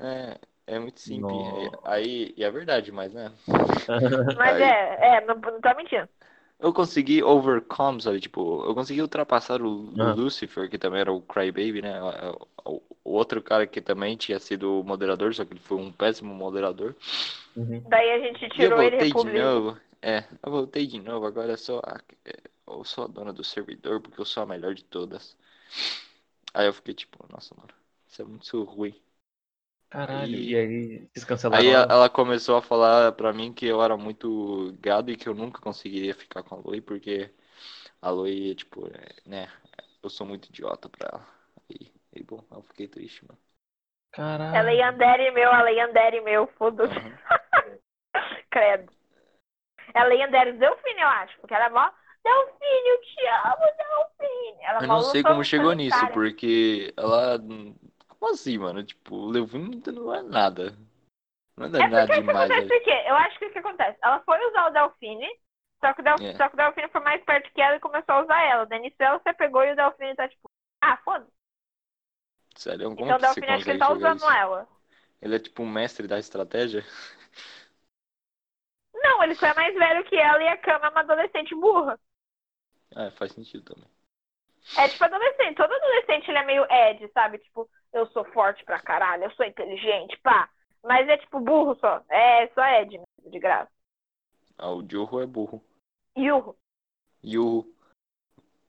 Speaker 2: É, é muito simples.
Speaker 1: Nossa.
Speaker 2: Aí, e é verdade, mas né?
Speaker 3: Mas
Speaker 2: Aí.
Speaker 3: é, é, não, não tá mentindo.
Speaker 2: Eu consegui overcome, sabe? Tipo, eu consegui ultrapassar o, o
Speaker 1: Ah.
Speaker 2: Lucifer, que também era o Crybaby, né? O, o- o outro cara que também tinha sido o moderador, só que ele foi um péssimo moderador.
Speaker 1: Uhum.
Speaker 3: Daí a gente
Speaker 2: E eu
Speaker 3: tirou ele
Speaker 2: voltei de
Speaker 3: república.
Speaker 2: novo. É, eu voltei de novo. Agora eu sou a, é, eu sou a dona do servidor, porque eu sou a melhor de todas. Aí eu fiquei tipo, nossa, mano, isso é muito ruim.
Speaker 1: Caralho.
Speaker 2: Aí-
Speaker 1: E aí, vocês cancelaram
Speaker 2: Aí
Speaker 1: ela?
Speaker 2: ela ela começou a falar pra mim que eu era muito gado e que eu nunca conseguiria ficar com a Loi, porque a Loi, tipo, é, né, eu sou muito idiota pra ela. E, e, bom, eu fiquei triste, mano.
Speaker 1: Caralho.
Speaker 3: Ela ia andar e meu, ela ia andar e meu, foda-se.
Speaker 2: Aham.
Speaker 3: Credo. Ela ia dar o Delfine, eu acho, porque ela é mó. Delfine, eu te amo, Delfine. Ela
Speaker 2: Eu
Speaker 3: mó
Speaker 2: não sei
Speaker 3: lutou,
Speaker 2: como chegou
Speaker 3: falei,
Speaker 2: nisso,
Speaker 3: cara,
Speaker 2: porque ela. Como assim, mano? Tipo, levou não é nada. Não é nada
Speaker 3: É porque tá isso
Speaker 2: demais.
Speaker 3: acontece
Speaker 2: né?
Speaker 3: por quê? Eu acho que o que acontece? Ela foi usar o Delfine, Só que, o Delf...
Speaker 2: É.
Speaker 3: Só que o Delfino foi mais perto que ela e começou a usar ela. Daí nisso ela se pegou e o Delfino tá tipo, ah, foda-se.
Speaker 2: Sério, como
Speaker 3: Então o
Speaker 2: que você
Speaker 3: Delfino acho que ele
Speaker 2: consegue
Speaker 3: tá
Speaker 2: jogar
Speaker 3: usando
Speaker 2: isso?
Speaker 3: ela.
Speaker 2: Ele é tipo um mestre da estratégia?
Speaker 3: Não, ele só é mais velho que ela e a Cama é uma adolescente burra.
Speaker 2: Ah, faz sentido também.
Speaker 3: É tipo adolescente. Todo adolescente ele é meio Ed, sabe? Tipo, eu sou forte pra caralho, eu sou inteligente, pá. Mas é tipo burro só. É, só Ed mesmo, de graça.
Speaker 2: Ah, o Joho é burro.
Speaker 3: Yurro.
Speaker 2: Yuhu.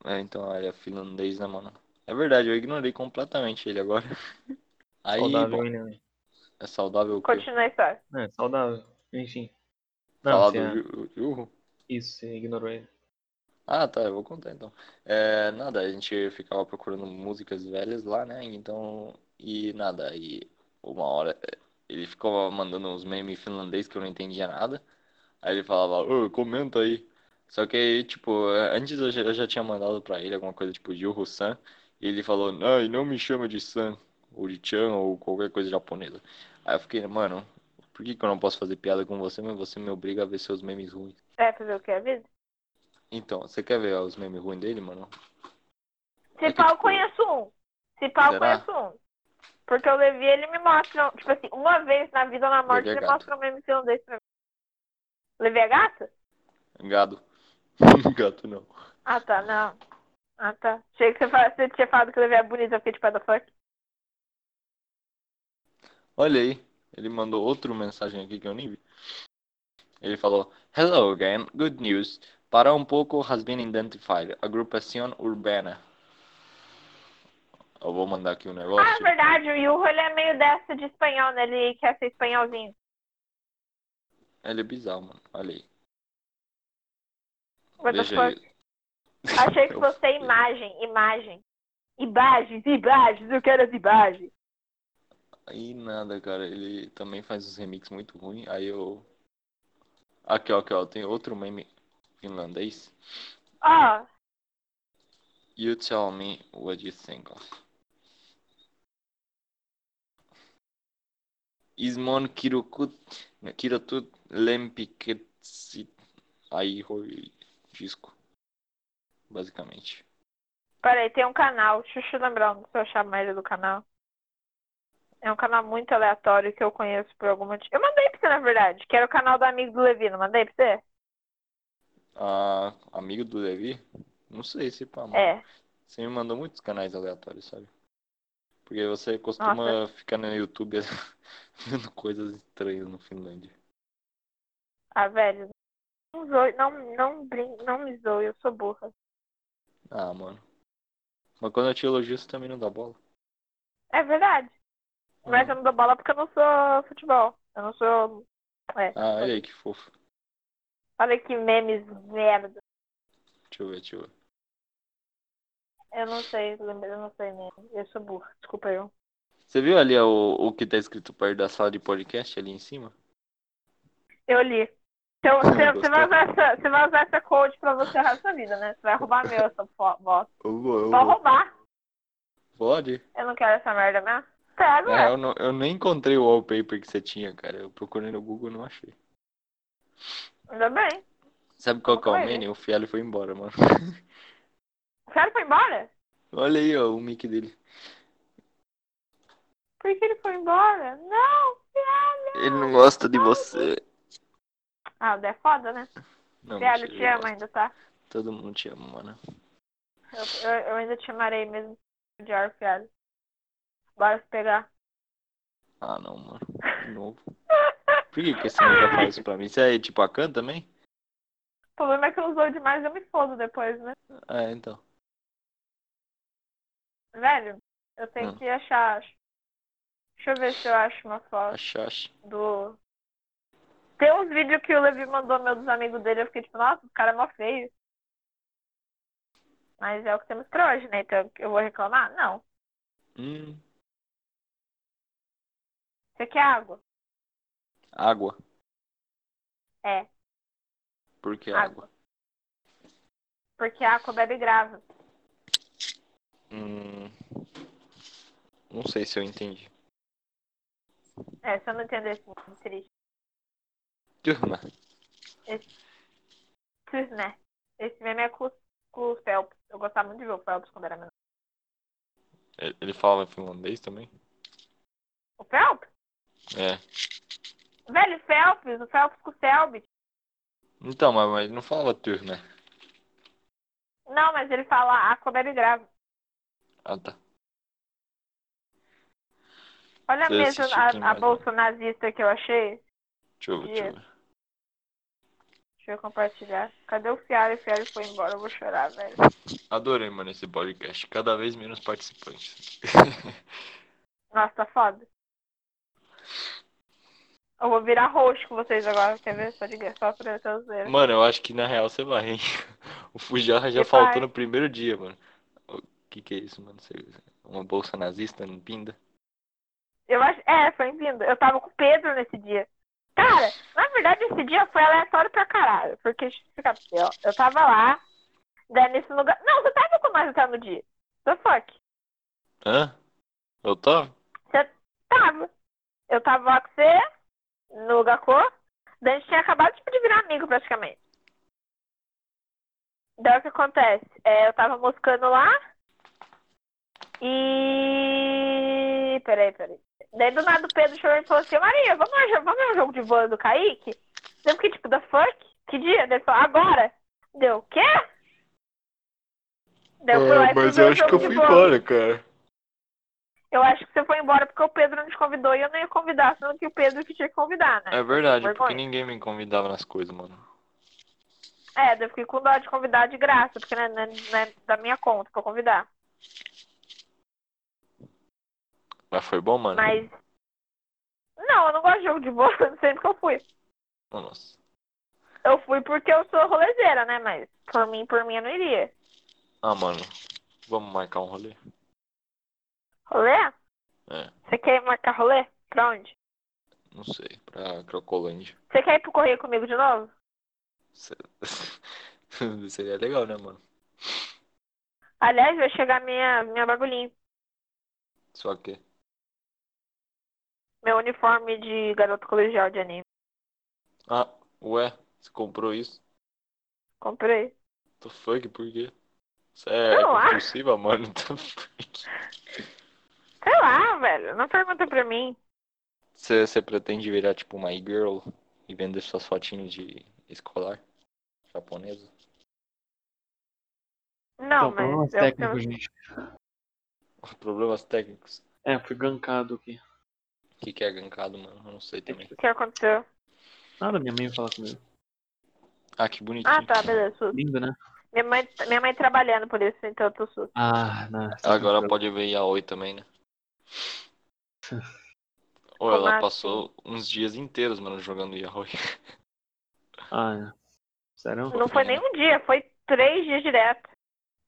Speaker 2: É, então, ele é finlandês, né, mano? É verdade, eu ignorei completamente ele agora. Aí,
Speaker 4: Saudável,
Speaker 2: bom,
Speaker 4: hein,
Speaker 1: né?
Speaker 4: Neném?
Speaker 2: é saudável o quê?
Speaker 3: Continua a história.
Speaker 4: É, saudável. Enfim. Não, é.
Speaker 2: Falar
Speaker 4: você-
Speaker 2: do Yuhu?
Speaker 4: Isso, você ignorou ele.
Speaker 2: Ah, tá, eu vou contar então. É, nada, a gente ficava procurando músicas velhas lá, né? Então, e nada, aí uma hora é, ele ficava mandando uns memes finlandês que eu não entendia nada. Aí ele falava, ô, comenta aí. Só que aí, tipo, é, antes eu já, eu já tinha mandado pra ele alguma coisa tipo Juro-san, e ele falou, não, e não me chama de San, ou de Chan, ou qualquer coisa japonesa. Aí eu fiquei, mano, por que que eu não posso fazer piada com você, mas você me obriga a ver seus memes ruins?
Speaker 3: É fazer o que a vida?
Speaker 2: Então, você quer ver os memes ruins dele, mano?
Speaker 3: Se
Speaker 2: É que,
Speaker 3: pau, eu
Speaker 2: tipo,
Speaker 3: conheço um. Se pau, eu
Speaker 2: será?
Speaker 3: conheço um. Porque o Levi, ele me mostra, tipo assim, uma vez na vida ou na morte,
Speaker 2: Levi é
Speaker 3: ele
Speaker 2: gato.
Speaker 3: mostra um meme finlandês pra mim. Levi é gato?
Speaker 2: Gado. Gato não.
Speaker 3: Ah, tá, não. Ah, tá. Achei que você, fala- você tinha falado que o Levi é bonito, eu fiquei tipo, what the fuck?
Speaker 2: Olha aí, ele mandou outra mensagem aqui que eu nem vi. Ele falou: Hello again, good news. Para um pouco has been identified. Agrupación urbana. Eu vou mandar aqui um
Speaker 3: Ah, é
Speaker 2: negócio.
Speaker 3: verdade, o Yuho, ele é meio dessa de espanhol, né? Ele quer ser espanholzinho.
Speaker 2: Ele é bizarro, mano. Olha aí.
Speaker 3: What the
Speaker 2: Veja aí.
Speaker 3: fuck? Achei que fosse imagem, imagem. Imagens, imagens, eu quero as imagens.
Speaker 2: Aí nada, cara. Ele também faz uns remix muito ruins. Aí eu. Aqui, ó, aqui, ó. Tem outro meme finlandês.
Speaker 3: Ó,
Speaker 2: You tell me what you think of. Ismon Kirokut, Kirotut Lempiketsit Aihoi Disco. Basicamente.
Speaker 3: peraí, tem um canal, deixa eu lembrar o nome, se eu achar mais do canal. É um canal muito aleatório que eu conheço por algum motivo. Eu mandei pra você, na verdade, que era o canal do amigo do Levi, não mandei pra você?
Speaker 2: Ah, amigo do Levi? Não sei se pá, mano.
Speaker 3: É.
Speaker 2: Você me mandou muitos canais aleatórios, sabe? Porque você costuma ficar no YouTube vendo coisas estranhas no Finlândia.
Speaker 3: Ah, velho. Não, zoe, não, não, brin- não me zoe, eu sou burra.
Speaker 2: Ah, mano. Mas quando eu te elogio, você também não dá bola.
Speaker 3: É verdade.
Speaker 2: Ah.
Speaker 3: Mas eu não dou bola porque eu não sou futebol. Eu não sou. É.
Speaker 2: Ah, olha aí que fofo.
Speaker 3: Olha que memes merda.
Speaker 2: Deixa eu ver, deixa eu ver.
Speaker 3: Eu não sei, lembra- eu não sei mesmo. Eu sou burra, desculpa eu.
Speaker 2: Você viu ali o, o que tá escrito perto da sala de podcast ali em cima?
Speaker 3: Eu li. Então, você, você
Speaker 2: Gostou?
Speaker 3: vai usar essa, você vai usar essa code pra você errar sua vida, né? Você vai roubar meu, essa fo- bosta.
Speaker 2: Eu vou, eu
Speaker 3: Só roubar.
Speaker 2: Pode?
Speaker 3: Eu não quero essa merda mesmo. Tá, Pega,
Speaker 2: É,
Speaker 3: ué.
Speaker 2: eu, não, eu nem encontrei o wallpaper que você tinha, cara. Eu procurei no Google e não achei.
Speaker 3: Ainda bem.
Speaker 2: Sabe qual que é o
Speaker 3: Olha.
Speaker 2: meme? O Fialho foi embora, mano.
Speaker 3: O cara foi embora?
Speaker 2: Olha aí, ó, o mic dele.
Speaker 3: Por que ele foi embora? Não, Fialho.
Speaker 2: Ele não gosta de você.
Speaker 3: Ah, o Dé é foda, né?
Speaker 2: Não,
Speaker 3: Fialho,
Speaker 2: mentira,
Speaker 3: te
Speaker 2: ele
Speaker 3: amo
Speaker 2: gosta.
Speaker 3: ainda, tá?
Speaker 2: Todo mundo te ama, mano.
Speaker 3: Eu, eu- eu ainda te amarei mesmo de ar, Fialho. Bora se pegar.
Speaker 2: Ah, não, mano. De novo. Por que que esse nunca faz isso pra mim? Você é tipo a Khan também?
Speaker 3: O problema é que eu usou demais, eu me fodo depois, né?
Speaker 2: Ah, então.
Speaker 3: Velho, eu tenho
Speaker 2: Hum.
Speaker 3: que achar. acho. Deixa eu ver se eu acho uma foto
Speaker 2: Achaste.
Speaker 3: do. Tem uns vídeos que o Levi mandou meu dos amigos dele, eu fiquei tipo, nossa, o cara é mó feio. Mas é o que temos pra hoje, né? Então eu vou reclamar? Não.
Speaker 2: Hum,
Speaker 3: Você quer é água?
Speaker 2: água.
Speaker 3: É.
Speaker 2: Por que
Speaker 3: Água.
Speaker 2: água?
Speaker 3: Porque a água bebe grava.
Speaker 2: Hum, não sei se eu entendi.
Speaker 3: É, se eu não entender esse triste.
Speaker 2: Turma,
Speaker 3: né? Esse meme é com, com o Phelps. Eu gostava muito de ver o Phelps quando era menor.
Speaker 2: Ele ele fala finlandês também?
Speaker 3: O Phelps?
Speaker 2: É.
Speaker 3: Velho, Phelps, o Phelps com o Selbit.
Speaker 2: Então, mas, mas ele não fala tur, né?
Speaker 3: Não, mas ele fala A quando ele grava.
Speaker 2: Ah, tá.
Speaker 3: Olha
Speaker 2: Eu
Speaker 3: mesmo
Speaker 2: assisti né? aqui,
Speaker 3: a, a
Speaker 2: mas-
Speaker 3: bolsonarista que eu achei.
Speaker 2: Deixa eu ver, deixa eu ver.
Speaker 3: Deixa eu compartilhar. Cadê o Fiara? O Fiara foi embora, eu vou chorar, velho.
Speaker 2: Adorei, mano, esse podcast. Cada vez menos participantes.
Speaker 3: Nossa, tá foda. Eu vou virar roxo com vocês agora, quer ver? Só, de, só pra vocês verem.
Speaker 2: Mano, eu acho que na real você vai, hein? O Fujarra já
Speaker 3: Você
Speaker 2: faltou
Speaker 3: vai.
Speaker 2: no primeiro dia, mano. O que que é isso, mano? Você- Uma bolsa nazista no Pinda?
Speaker 3: Eu acho. É, foi em Pinda. Eu tava com o Pedro nesse dia. Cara, na verdade, esse dia foi aleatório pra caralho. Porque, deixa eu explicar pra você, assim, ó. Eu tava lá, daí nesse lugar. Não, você tava com nós até no dia. The fuck.
Speaker 2: Hã? Eu tava?
Speaker 3: Tava. Eu tava lá com você, no Gacô. Daí a gente tinha acabado tipo, de virar amigo, praticamente. Daí o que acontece? É, eu tava moscando lá. E. Peraí, peraí. Daí do nada o Pedro chegou e falou assim: Maria, vamos lá, vamos ver um jogo de vôlei do Kaique? Eu fiquei tipo, the fuck? Que dia? Daí ele falou: agora. Deu o quê? Daí É, eu fui lá e fui ver o jogo de vôlei.
Speaker 2: cara.
Speaker 3: Eu acho que você foi embora porque o Pedro não te convidou e eu não ia convidar, sendo que o Pedro que tinha que convidar, né?
Speaker 2: É verdade,
Speaker 3: Vergonha.
Speaker 2: porque ninguém me convidava nas coisas, mano.
Speaker 3: É, daí eu fiquei com dó de convidar de graça, porque não é, não é- não é da minha conta pra convidar.
Speaker 2: Mas foi bom, mano?
Speaker 3: Mas. Não, eu não gosto de jogo de bolsa, não sei porque eu fui.
Speaker 2: Oh, Nossa.
Speaker 3: Eu fui porque eu sou rolezeira, né? Mas por mim, por mim eu não iria.
Speaker 2: Ah, mano. Vamos marcar um rolê?
Speaker 3: Rolê?
Speaker 2: É.
Speaker 3: Você quer marcar rolê? Pra onde?
Speaker 2: Não sei. Pra Crocolândia.
Speaker 3: Você quer ir pro correio comigo de novo?
Speaker 2: Seria legal, né, mano?
Speaker 3: Aliás, vai chegar minha, minha bagulhinha.
Speaker 2: Só que.
Speaker 3: Meu uniforme de garoto colegial de anime.
Speaker 2: Ah, ué, você comprou isso?
Speaker 3: Comprei.
Speaker 2: The fuck, por quê? Você é
Speaker 3: Não, ah.
Speaker 2: compulsiva, mano? The fuck.
Speaker 3: Sei lá, velho. Não pergunta pra mim.
Speaker 2: Você, você pretende virar tipo uma e-girl e vender suas fotinhas de escolar japonesa?
Speaker 3: Não,
Speaker 1: Então, problemas
Speaker 3: mas eu,
Speaker 1: técnicos,
Speaker 3: eu,
Speaker 1: gente.
Speaker 2: Problemas técnicos.
Speaker 1: É, fui gankado aqui.
Speaker 2: O que, que é gankado, mano? Eu não sei
Speaker 1: né?
Speaker 2: também.
Speaker 3: o que aconteceu?
Speaker 1: Nada, minha mãe fala comigo.
Speaker 2: Ah, que bonitinho.
Speaker 3: Ah, tá, beleza, susto.
Speaker 1: Lindo, né?
Speaker 3: Minha mãe, minha mãe trabalhando por isso, então eu tô susto.
Speaker 1: Ah, nossa.
Speaker 3: Então.
Speaker 2: Agora pode ver Yaoi também, né? Ou
Speaker 3: Como
Speaker 2: ela
Speaker 3: assim?
Speaker 2: passou uns dias inteiros, mano, jogando Yaoi.
Speaker 1: Ah, é. Sério?
Speaker 3: Não foi nem um dia, foi três dias direto.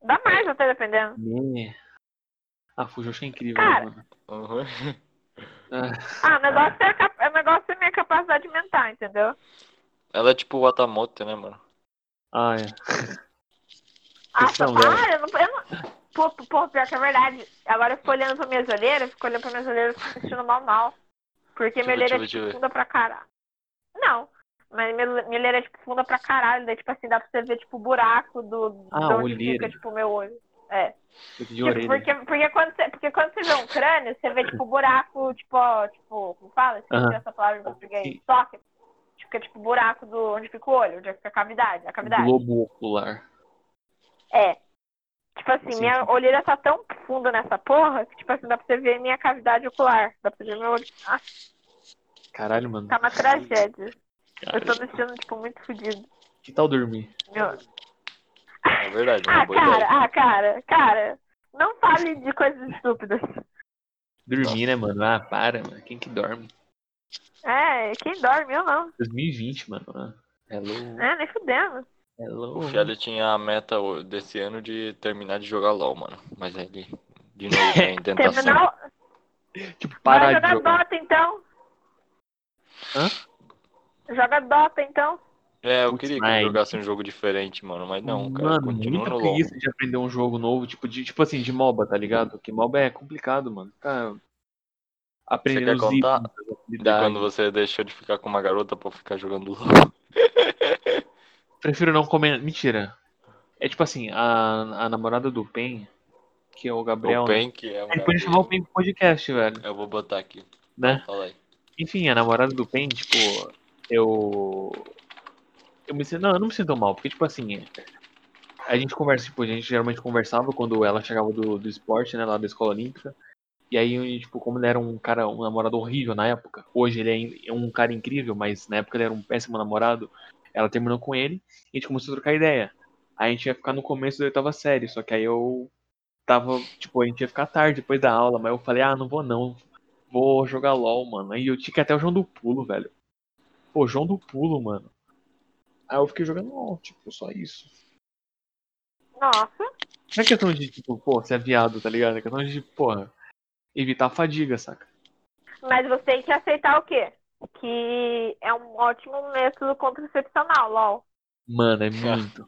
Speaker 3: Dá mais eu tô defendendo.
Speaker 1: Né? Ah, Fuji, eu achei incrível,
Speaker 3: Cara.
Speaker 1: mano.
Speaker 2: Uhum.
Speaker 1: Ah,
Speaker 3: Ah, o negócio é, a cap- o negócio é minha capacidade mental, entendeu?
Speaker 2: Ela é tipo o Atamoto, né, mano?
Speaker 1: ah, é.
Speaker 3: Ah, tá,
Speaker 1: Questão dela.
Speaker 3: para, eu não. Eu não... Pô, pô, pô, pior que é verdade. Agora eu fico olhando pra minhas olheiras, fico olhando pra minhas olheiras e fico me sentindo mal, mal.
Speaker 2: Deixa
Speaker 3: Porque minha
Speaker 2: eu ver,
Speaker 3: olheira é
Speaker 2: deixa eu
Speaker 3: tipo
Speaker 2: ver.
Speaker 3: funda pra caralho. Não. Mas minha, minha olheira é tipo funda pra caralho. Daí, tipo assim, dá pra você ver, tipo, o buraco do.
Speaker 1: Ah,
Speaker 3: de onde
Speaker 1: olheira.
Speaker 3: fica, tipo, o meu olho.
Speaker 1: Fico de
Speaker 3: Tipo,
Speaker 1: orelha.
Speaker 3: porque, porque, quando você, porque quando você vê um crânio, você vê tipo buraco, tipo, ó, tipo, como fala? Esqueci
Speaker 1: Aham.
Speaker 3: essa palavra em português, socket. Fica tipo buraco do onde fica o olho, onde fica a cavidade, a cavidade.
Speaker 1: Globo ocular.
Speaker 3: É. Tipo assim,
Speaker 1: Sim,
Speaker 3: minha
Speaker 1: sim.
Speaker 3: olheira tá tão funda nessa porra que, tipo assim, dá pra você ver minha cavidade ocular. Dá pra você ver meu olho. Ah,
Speaker 1: Caralho, mano.
Speaker 3: tá uma tragédia. Eu tô
Speaker 2: Cara,
Speaker 3: me sentindo, tipo, muito fodido.
Speaker 1: Que tal dormir?
Speaker 3: Meu-
Speaker 2: é verdade, é uma
Speaker 3: Ah,
Speaker 2: boa ideia.
Speaker 3: cara, ah, cara, cara. Não fale de coisas estúpidas.
Speaker 1: Dormir, né, mano? Ah, para, mano. Quem que dorme?
Speaker 3: É, quem dorme, eu não.
Speaker 1: 2020, mano. Ah, hello,
Speaker 3: É, nem fudendo.
Speaker 1: hello.
Speaker 2: O Fialho tinha a meta o- desse ano de terminar de jogar LOL, mano. Mas aí ele, de novo, tem tentação.
Speaker 3: Terminar o-
Speaker 1: Tipo,
Speaker 3: Vai
Speaker 1: parar Tá de
Speaker 3: jogar
Speaker 1: jogar.
Speaker 3: Dota então. Joga Dota então.
Speaker 2: É, eu
Speaker 1: Putz,
Speaker 2: queria que
Speaker 1: mas-
Speaker 2: eu jogasse um jogo diferente, mano. Mas não, cara,
Speaker 1: mano,
Speaker 2: continua
Speaker 1: muita
Speaker 2: no LOL.
Speaker 1: preguiça de aprender um jogo novo, tipo, de, tipo assim, de MOBA, tá ligado? Que MOBA é complicado, mano. Tá aprendendo
Speaker 2: quer
Speaker 1: os
Speaker 2: contar
Speaker 1: itens, as
Speaker 2: De
Speaker 1: habilidades.
Speaker 2: quando você deixou de ficar com uma garota pra ficar jogando LOL.
Speaker 1: Prefiro não comer. Mentira. É tipo assim, a, a namorada do Pen, que é o Gabriel.
Speaker 2: O
Speaker 1: né?
Speaker 2: Pen, que é o
Speaker 1: A gente pode chamar o Pen
Speaker 2: Gabriel.
Speaker 1: pro podcast, velho.
Speaker 2: Eu vou botar aqui.
Speaker 1: Né?
Speaker 2: Fala aí.
Speaker 1: Enfim, a namorada do Pen, tipo, eu. Eu me sinto. Não, eu não me sinto mal, porque, tipo assim. A gente conversa, tipo, a gente geralmente conversava quando ela chegava do, do esporte, né, lá da escola olímpica. E aí, eu, tipo, como ele era um cara, um namorado horrível na época, hoje ele é in- é um cara incrível, mas na época ele era um péssimo namorado, ela terminou com ele e a gente começou a trocar ideia. Aí a gente ia ficar no começo da oitava série, só que aí eu tava, tipo, a gente ia ficar tarde depois da aula, mas eu falei, ah, não vou não, vou jogar LOL, mano. Aí eu tinha até o João do Pulo, velho. Pô, João do Pulo, mano. Aí eu fiquei jogando LOL, tipo, só isso.
Speaker 3: Nossa,
Speaker 1: Não é questão de, tipo, pô, você é viado, tá ligado? É questão de, porra, evitar a fadiga, saca?
Speaker 3: mas você tem que aceitar o quê? Que é um ótimo método contracepcional, LOL.
Speaker 1: Mano, é muito.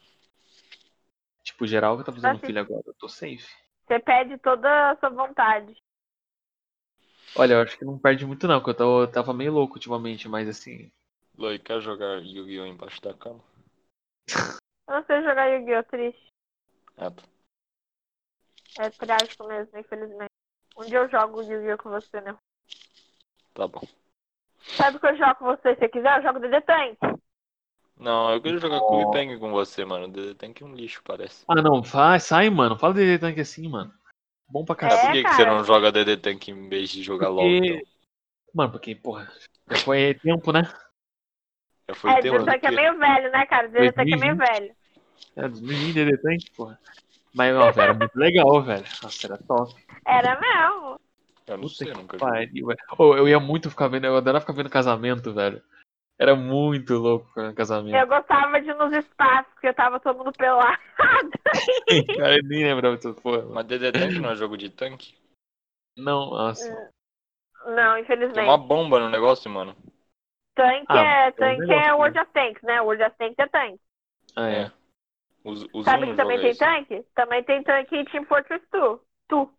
Speaker 1: tipo, geral que tá fazendo
Speaker 3: Assim.
Speaker 1: filho agora, eu tô safe.
Speaker 3: Você pede toda a sua vontade.
Speaker 1: Olha, eu acho que não perde muito não, porque eu, tô- eu tava meio louco ultimamente, mas assim...
Speaker 2: Loi, quer jogar Yu-Gi-Oh! embaixo da cama?
Speaker 3: Eu não sei jogar Yu-Gi-Oh! triste.
Speaker 2: Ah, tá.
Speaker 3: É trágico mesmo, infelizmente. Um dia eu jogo Yu-Gi-Oh! com você, né?
Speaker 2: tá bom.
Speaker 3: Sabe o que eu jogo com você? Se você quiser, eu jogo DD Tank.
Speaker 2: Não, eu queria jogar Clube Tank com você, mano. DD Tank é um lixo, parece.
Speaker 1: Ah, não, vai, sai, mano. Fala de tanque assim, mano. Bom pra
Speaker 3: É,
Speaker 1: caralho.
Speaker 2: Por que, que você
Speaker 3: cara.
Speaker 2: não joga DD Tank em vez de jogar LOL,
Speaker 1: Porque-
Speaker 2: então?
Speaker 1: Mano, porque, porra, já foi tempo, né?
Speaker 2: Já foi um
Speaker 3: É,
Speaker 2: tempo
Speaker 3: DD Tank é
Speaker 2: que-
Speaker 3: meio velho, né, cara? DD Tank é meio
Speaker 1: 2020.
Speaker 3: velho.
Speaker 1: É, dos meninos de tanque, porra. Mas, ó, velho, era muito legal, velho. Nossa, era top.
Speaker 3: Era mesmo.
Speaker 2: Eu não
Speaker 1: Puta
Speaker 2: sei,
Speaker 1: que
Speaker 2: nunca joguei.
Speaker 1: pariu, velho. Ô, eu ia muito ficar vendo, eu adorava ficar vendo casamento, velho. Era muito louco ficar vendo casamento.
Speaker 3: Eu gostava de ir nos espaços, porque eu tava todo mundo pelado.
Speaker 1: Cara, eu nem lembrava dessa porra. mano.
Speaker 2: Mas DD Tank não é jogo de tanque?
Speaker 1: Não, nossa.
Speaker 2: Tem
Speaker 3: Não,
Speaker 2: uma
Speaker 3: infelizmente.
Speaker 2: bomba no negócio, mano.
Speaker 3: Tank
Speaker 1: Ah, mas é
Speaker 3: é,
Speaker 1: um
Speaker 3: tank é
Speaker 1: negócio,
Speaker 3: World of Tanks, né? World of Tanks é tanque.
Speaker 1: Ah, é.
Speaker 2: Os, os
Speaker 3: Sabe
Speaker 2: um
Speaker 3: que
Speaker 2: não
Speaker 3: também
Speaker 2: joga
Speaker 3: tem
Speaker 2: isso.
Speaker 3: tanque? Também tem tanque em Team Fortress 2. Tu.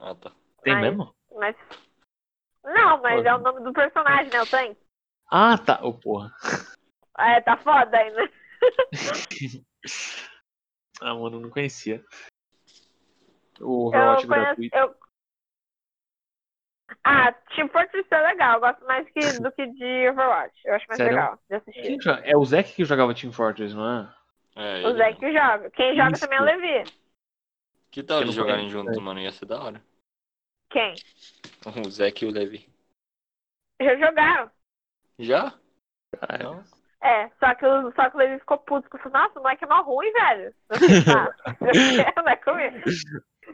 Speaker 2: Ah, tá.
Speaker 1: Tem
Speaker 3: Mas-
Speaker 1: mesmo?
Speaker 3: Mas. Não, mas
Speaker 1: Foda.
Speaker 3: é o nome do personagem, né? O tanque.
Speaker 1: Ah, tá. Ô, porra.
Speaker 3: É, tá foda aí, né?
Speaker 1: Ah, mano, eu não conhecia. O
Speaker 3: Eu
Speaker 1: Overwatch
Speaker 3: conheço.
Speaker 1: gratuito.
Speaker 3: Eu... Ah, Team Fortress é legal. Eu gosto mais que- do que de Overwatch. Eu acho mais
Speaker 1: Sério?
Speaker 3: legal de assistir.
Speaker 1: Quem joga- É o Zeke que jogava Team Fortress, não é?
Speaker 2: É,
Speaker 3: O
Speaker 2: ele-
Speaker 3: Zé que joga. Quem joga
Speaker 1: Isso.
Speaker 3: também é o Levi.
Speaker 2: Que tal
Speaker 1: Eu
Speaker 2: eles
Speaker 1: não
Speaker 2: jogarem
Speaker 1: conheço,
Speaker 2: junto, mano? Ia ser da hora.
Speaker 3: Quem?
Speaker 2: O Zeke e o Levi.
Speaker 3: Já jogaram.
Speaker 2: Já?
Speaker 1: Caralho.
Speaker 2: Não?
Speaker 3: É, só que, o, só que o Levi ficou puto. Falei, Nossa, o moleque é mó ruim, velho. Eu falei, "Ah, eu vai comigo.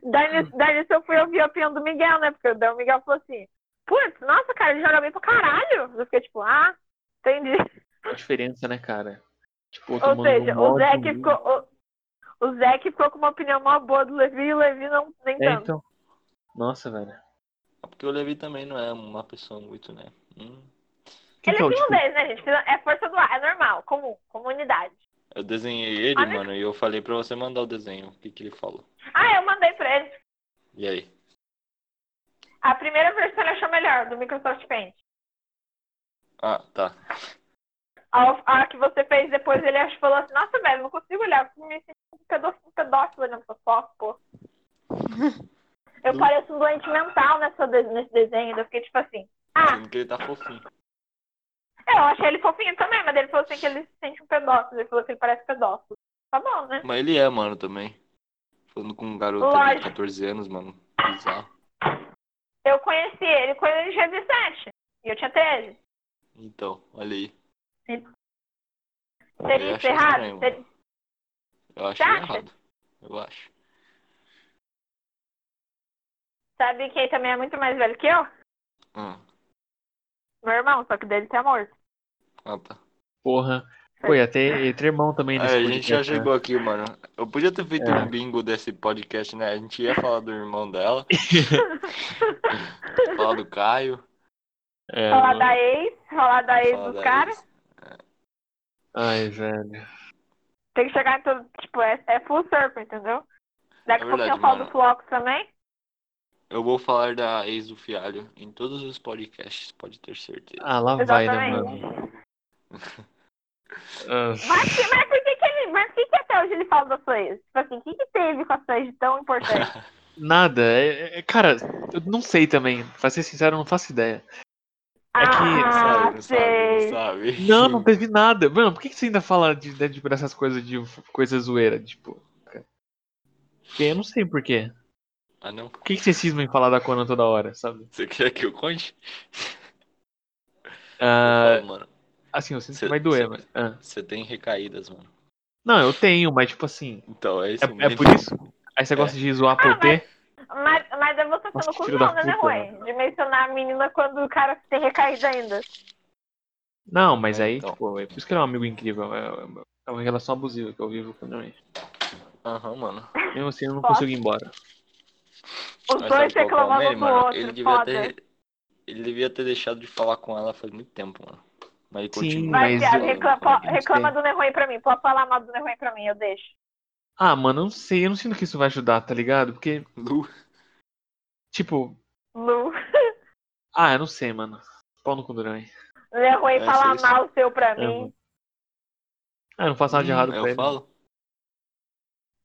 Speaker 3: Daí, nisso- daí nisso eu fui ouvir a opinião do Miguel, né? Porque daí o Miguel falou assim: Putz, nossa, cara, ele joga bem pra caralho. Eu fiquei tipo, ah, entendi.
Speaker 1: A diferença, né, cara? Tipo,
Speaker 3: Ou
Speaker 1: tomando
Speaker 3: seja,
Speaker 1: um
Speaker 3: o
Speaker 1: mod,
Speaker 3: Zé
Speaker 1: um-
Speaker 3: que ficou. O, o Zé que ficou com uma opinião mó boa do Levi e o Levi não, nem
Speaker 1: É,
Speaker 3: tanto.
Speaker 1: então. Nossa, velho.
Speaker 2: É Porque o Levi também não é uma pessoa muito, né? Hum.
Speaker 1: Quem
Speaker 3: ele
Speaker 1: que é o,
Speaker 3: é
Speaker 1: tipo,
Speaker 3: chinês, né, gente? É força do ar, é normal, comum, comunidade.
Speaker 2: Eu desenhei ele,
Speaker 3: Ah, né?
Speaker 2: mano, e eu falei pra você mandar o desenho. O que, que ele falou?
Speaker 3: Ah, eu mandei pra ele.
Speaker 2: E aí?
Speaker 3: A primeira versão ele achou melhor, do Microsoft Paint.
Speaker 2: Ah, tá.
Speaker 3: A, a que você fez depois, ele achou, falou assim, nossa, velho, não consigo olhar, eu me sinto um pedófilo, um pedófilo olhando pra foto, pô. Eu pareço um doente mental nessa, de- nesse desenho, ainda fiquei tipo assim. Ah,
Speaker 2: Sendo que ele tá fofinho.
Speaker 3: eu achei ele fofinho também, mas ele falou assim que ele se sente um pedófilo, ele falou que ele parece pedófilo. Tá bom, né?
Speaker 2: Mas ele é, mano, também. Falando com um garoto de
Speaker 3: Lógico.
Speaker 2: 14 anos, mano. Bizarro.
Speaker 3: Eu conheci ele quando ele tinha 17, e eu tinha 13.
Speaker 2: Então, olha aí.
Speaker 3: Seria
Speaker 2: Eu
Speaker 3: isso
Speaker 2: acho
Speaker 3: errado?
Speaker 2: estranho,
Speaker 3: Seria-
Speaker 2: Eu acho
Speaker 3: Você acha?
Speaker 2: errado. Eu acho.
Speaker 3: Sabe quem também é muito mais velho que eu?
Speaker 2: Hum.
Speaker 3: Meu irmão, só que dele tá morto.
Speaker 2: Ah, tá.
Speaker 1: Porra. Pô, ia ter, ia ter irmão também nesse
Speaker 2: É, a gente já
Speaker 1: podcast, né?
Speaker 2: chegou aqui, mano. Eu podia ter feito
Speaker 1: É.
Speaker 2: um bingo desse podcast, né? A gente ia falar do irmão dela, falar do Caio.
Speaker 1: É,
Speaker 3: falar
Speaker 1: mano.
Speaker 3: da ex, falar da ex
Speaker 2: falar
Speaker 3: dos
Speaker 2: da
Speaker 3: caras.
Speaker 2: Iris.
Speaker 1: Ai, velho.
Speaker 3: Tem que chegar em todo. Tipo, é, é full circle, entendeu? Daqui
Speaker 2: É
Speaker 3: a pouquinho
Speaker 2: verdade,
Speaker 3: eu falo
Speaker 2: mano.
Speaker 3: do Flocos também.
Speaker 2: Eu vou falar da ex do Fialho em todos os podcasts, pode ter certeza.
Speaker 1: Ah, lá vai, né,
Speaker 3: Exatamente.
Speaker 1: mano? Ah,
Speaker 3: Mas, que- mas por que, que ele. Mas por que, que até hoje ele fala da Soyuz? Tipo assim, o que, que teve com a Soyuz de tão importante?
Speaker 1: nada. é- é- cara, eu não sei também. Pra ser sincero, eu não faço ideia. É que,
Speaker 3: ah,
Speaker 2: sabe, não sabe, não
Speaker 3: sei.
Speaker 2: sabe.
Speaker 1: Não, não teve nada. Mano, por que que você ainda fala de, de- tipo, dessas coisas de f- coisa zoeira? Tipo. cara? Porque eu não sei porquê.
Speaker 2: Ah, não?
Speaker 1: Por que, que você cisma em falar da Conan toda hora, sabe?
Speaker 2: Você quer que eu conte?
Speaker 1: Ah,
Speaker 2: Eu falo, mano,
Speaker 1: assim, eu sinto
Speaker 2: Então, Cê-
Speaker 1: que vai doer,
Speaker 2: cê-
Speaker 1: mas. ah.
Speaker 2: você tem recaídas, mano.
Speaker 1: Não, eu tenho, mas tipo assim.
Speaker 2: Então, é isso
Speaker 1: É, é
Speaker 2: mesmo.
Speaker 1: por isso? Aí
Speaker 2: é.
Speaker 1: você gosta de zoar por
Speaker 3: Ah,
Speaker 1: ter?
Speaker 3: Mas, mas é você
Speaker 1: Nossa,
Speaker 3: sendo
Speaker 1: que filho da
Speaker 3: cuzona, né,
Speaker 1: puta,
Speaker 3: Rui? De mencionar a menina quando o cara tem recaído ainda.
Speaker 1: Não, mas
Speaker 2: É,
Speaker 1: aí,
Speaker 2: então.
Speaker 1: tipo, é por isso que ele é um amigo incrível. É, é- é uma relação abusiva que eu vivo com ele.
Speaker 2: Aham, mano.
Speaker 1: Mesmo assim, eu não
Speaker 3: Posso?
Speaker 1: consigo ir embora.
Speaker 3: Os
Speaker 2: Mas
Speaker 3: dois
Speaker 2: sabe qual é o problema,
Speaker 3: reclamando um do
Speaker 2: mano?
Speaker 3: outro.
Speaker 2: Ele devia
Speaker 3: foda.
Speaker 2: ter. Ele devia ter deixado de falar com ela faz muito tempo, mano. Mas ele
Speaker 1: Sim,
Speaker 2: continua.
Speaker 3: Vai,
Speaker 1: Mas
Speaker 3: Thiago,
Speaker 1: eu-
Speaker 3: reclama, po-
Speaker 1: eu não
Speaker 3: reclama
Speaker 1: sei.
Speaker 3: do Nerruim pra mim. Pode falar mal do Nerruim pra mim, eu deixo.
Speaker 1: Ah, mano, eu não sei. Eu não sinto que isso vai ajudar, tá ligado? Porque,
Speaker 2: Lu.
Speaker 1: tipo.
Speaker 3: Lu,
Speaker 1: Ah, eu não sei, mano. Pau no cu do Duran.
Speaker 3: Nerruim
Speaker 2: É,
Speaker 3: fala
Speaker 2: isso.
Speaker 3: mal o seu pra
Speaker 1: Eu
Speaker 3: mim.
Speaker 1: vou- Ah, eu não faço nada de errado
Speaker 2: Hum,
Speaker 1: pra
Speaker 2: Eu
Speaker 1: ele.
Speaker 2: falo?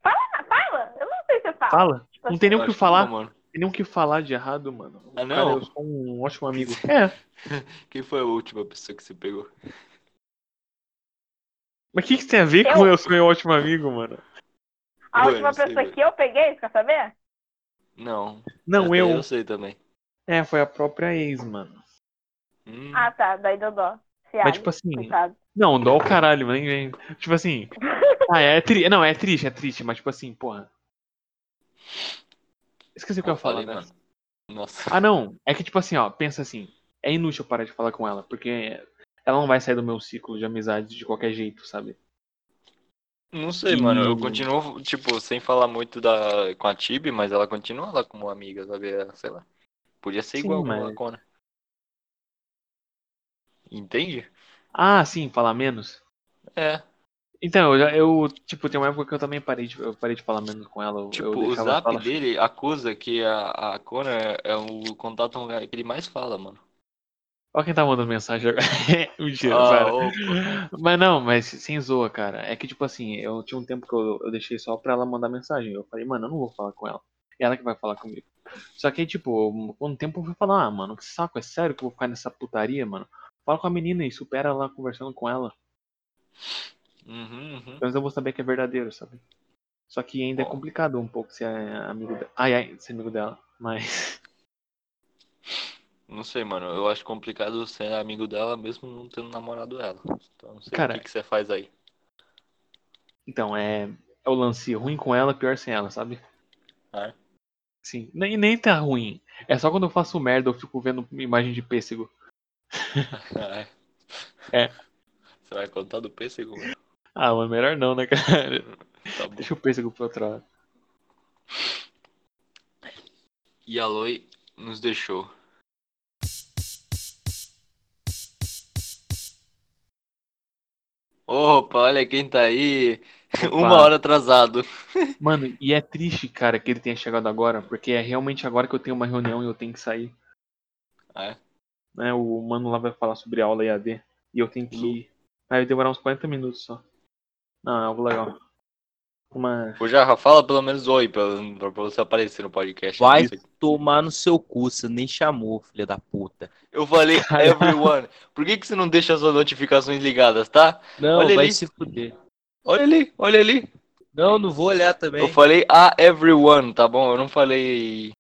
Speaker 3: Ah, fala, eu não sei se eu falo.
Speaker 1: Fala.
Speaker 3: Tipo
Speaker 1: Não tem nem o
Speaker 2: Eu
Speaker 1: que
Speaker 2: acho
Speaker 1: falar.
Speaker 2: não, mano.
Speaker 1: Tem nem o que falar de errado, mano.
Speaker 2: Ah, não?
Speaker 1: Cara, eu sou um ótimo amigo. É.
Speaker 2: Quem foi a última pessoa que você pegou?
Speaker 1: Mas o que, que tem a ver com
Speaker 3: Eu-
Speaker 1: eu sou um ótimo amigo, mano?
Speaker 3: A
Speaker 2: Ué,
Speaker 3: última
Speaker 2: não sei,
Speaker 3: pessoa
Speaker 2: velho.
Speaker 3: que eu peguei, você quer saber?
Speaker 2: Não.
Speaker 1: Não,
Speaker 2: Essa daí
Speaker 1: eu.
Speaker 2: Eu sei também.
Speaker 1: É, foi a própria ex, mano.
Speaker 2: Hum,
Speaker 3: Ah, tá, daí deu dó.
Speaker 1: Mas, tipo assim,
Speaker 3: Coitado.
Speaker 1: Não, dó o caralho, mano. nem vem. Tipo assim. Ah, é, tri... Não, é triste, é triste, mas tipo assim, porra. Esqueci o que eu ia falar,
Speaker 2: falei,
Speaker 1: né?
Speaker 2: mano. Nossa.
Speaker 1: Ah, não. É que tipo assim, ó, pensa assim. É inútil eu parar de falar com ela, porque ela não vai sair do meu ciclo de amizades de qualquer jeito, sabe?
Speaker 2: Não sei,
Speaker 1: E-
Speaker 2: mano. Eu continuo, tipo, sem falar muito da... com a Tibi, mas ela continua lá como amiga, sabe? Ela, Sei lá. Podia ser
Speaker 1: Sim,
Speaker 2: igual com
Speaker 1: mas-
Speaker 2: a Kona. Entende?
Speaker 1: Ah, sim, falar menos.
Speaker 2: É.
Speaker 1: Então, eu, já- eu tipo, tem uma época que eu também parei de, eu parei de falar menos com ela. Eu, eu
Speaker 2: Tipo, o
Speaker 1: deixava ela
Speaker 2: zap
Speaker 1: falar.
Speaker 2: dele acusa que a, a Kona é o contato que ele mais fala, mano.
Speaker 1: Olha quem tá mandando mensagem agora. Mentira,
Speaker 2: Ah,
Speaker 1: cara.
Speaker 2: ô,
Speaker 1: Mas não, mas sem zoa, cara. É que, tipo assim, eu tinha um tempo que eu, eu deixei só pra ela mandar mensagem. Eu falei, mano, eu não vou falar com ela. É ela que vai falar comigo. Só que aí, tipo, com o tempo eu fui falar, ah, mano, que saco, é sério que eu vou ficar nessa putaria, mano? Fala com a menina e supera lá conversando com ela.
Speaker 2: uhum, uhum.
Speaker 1: Pelo menos eu vou saber que é verdadeiro, sabe? Só que ainda é
Speaker 2: Ó.
Speaker 1: complicado um pouco ser amigo dela. Ai, ai, ser amigo dela. Mas.
Speaker 2: Não sei, mano. Eu acho complicado ser amigo dela mesmo não tendo namorado ela. Então não sei
Speaker 1: Cara.
Speaker 2: o que, que você faz aí.
Speaker 1: Então, é. É o lance ruim com ela, pior sem ela, sabe?
Speaker 2: É?
Speaker 1: Sim. Nem, nem tá ruim. É só quando eu faço merda, eu fico vendo imagem de pêssego.
Speaker 2: Ah,
Speaker 1: É.
Speaker 2: Você vai contar do pêssego? mano?
Speaker 1: Ah, mas melhor não, né, cara?
Speaker 2: Tá bom.
Speaker 1: Deixa o pêssego pra outra hora.
Speaker 2: E a Loi nos deixou. Opa, olha quem tá aí. Uma hora atrasado.
Speaker 1: Mano, e é triste, cara, que ele tenha chegado agora, porque é realmente agora que eu tenho uma reunião e eu tenho que sair.
Speaker 2: Ah, é?
Speaker 1: Né? O mano lá vai falar sobre aula EAD e eu tenho que
Speaker 2: Lu.
Speaker 1: ir. Aí vai demorar uns 40 minutos só. Não, é algo legal. Uma.
Speaker 2: Ô, Jarra, fala pelo menos oi pra, pra você aparecer no podcast.
Speaker 5: Vai
Speaker 2: Não sei-
Speaker 5: tomar no seu cu, você nem chamou, filha da puta.
Speaker 2: Eu falei everyone. Por que, que você não deixa as suas notificações ligadas, tá?
Speaker 5: Não,
Speaker 2: Olha
Speaker 5: vai
Speaker 2: ali.
Speaker 5: se fuder.
Speaker 2: Olha ali, olha ali.
Speaker 5: Não, não vou olhar
Speaker 2: Eu
Speaker 5: também.
Speaker 2: falei a everyone, tá bom? Eu não falei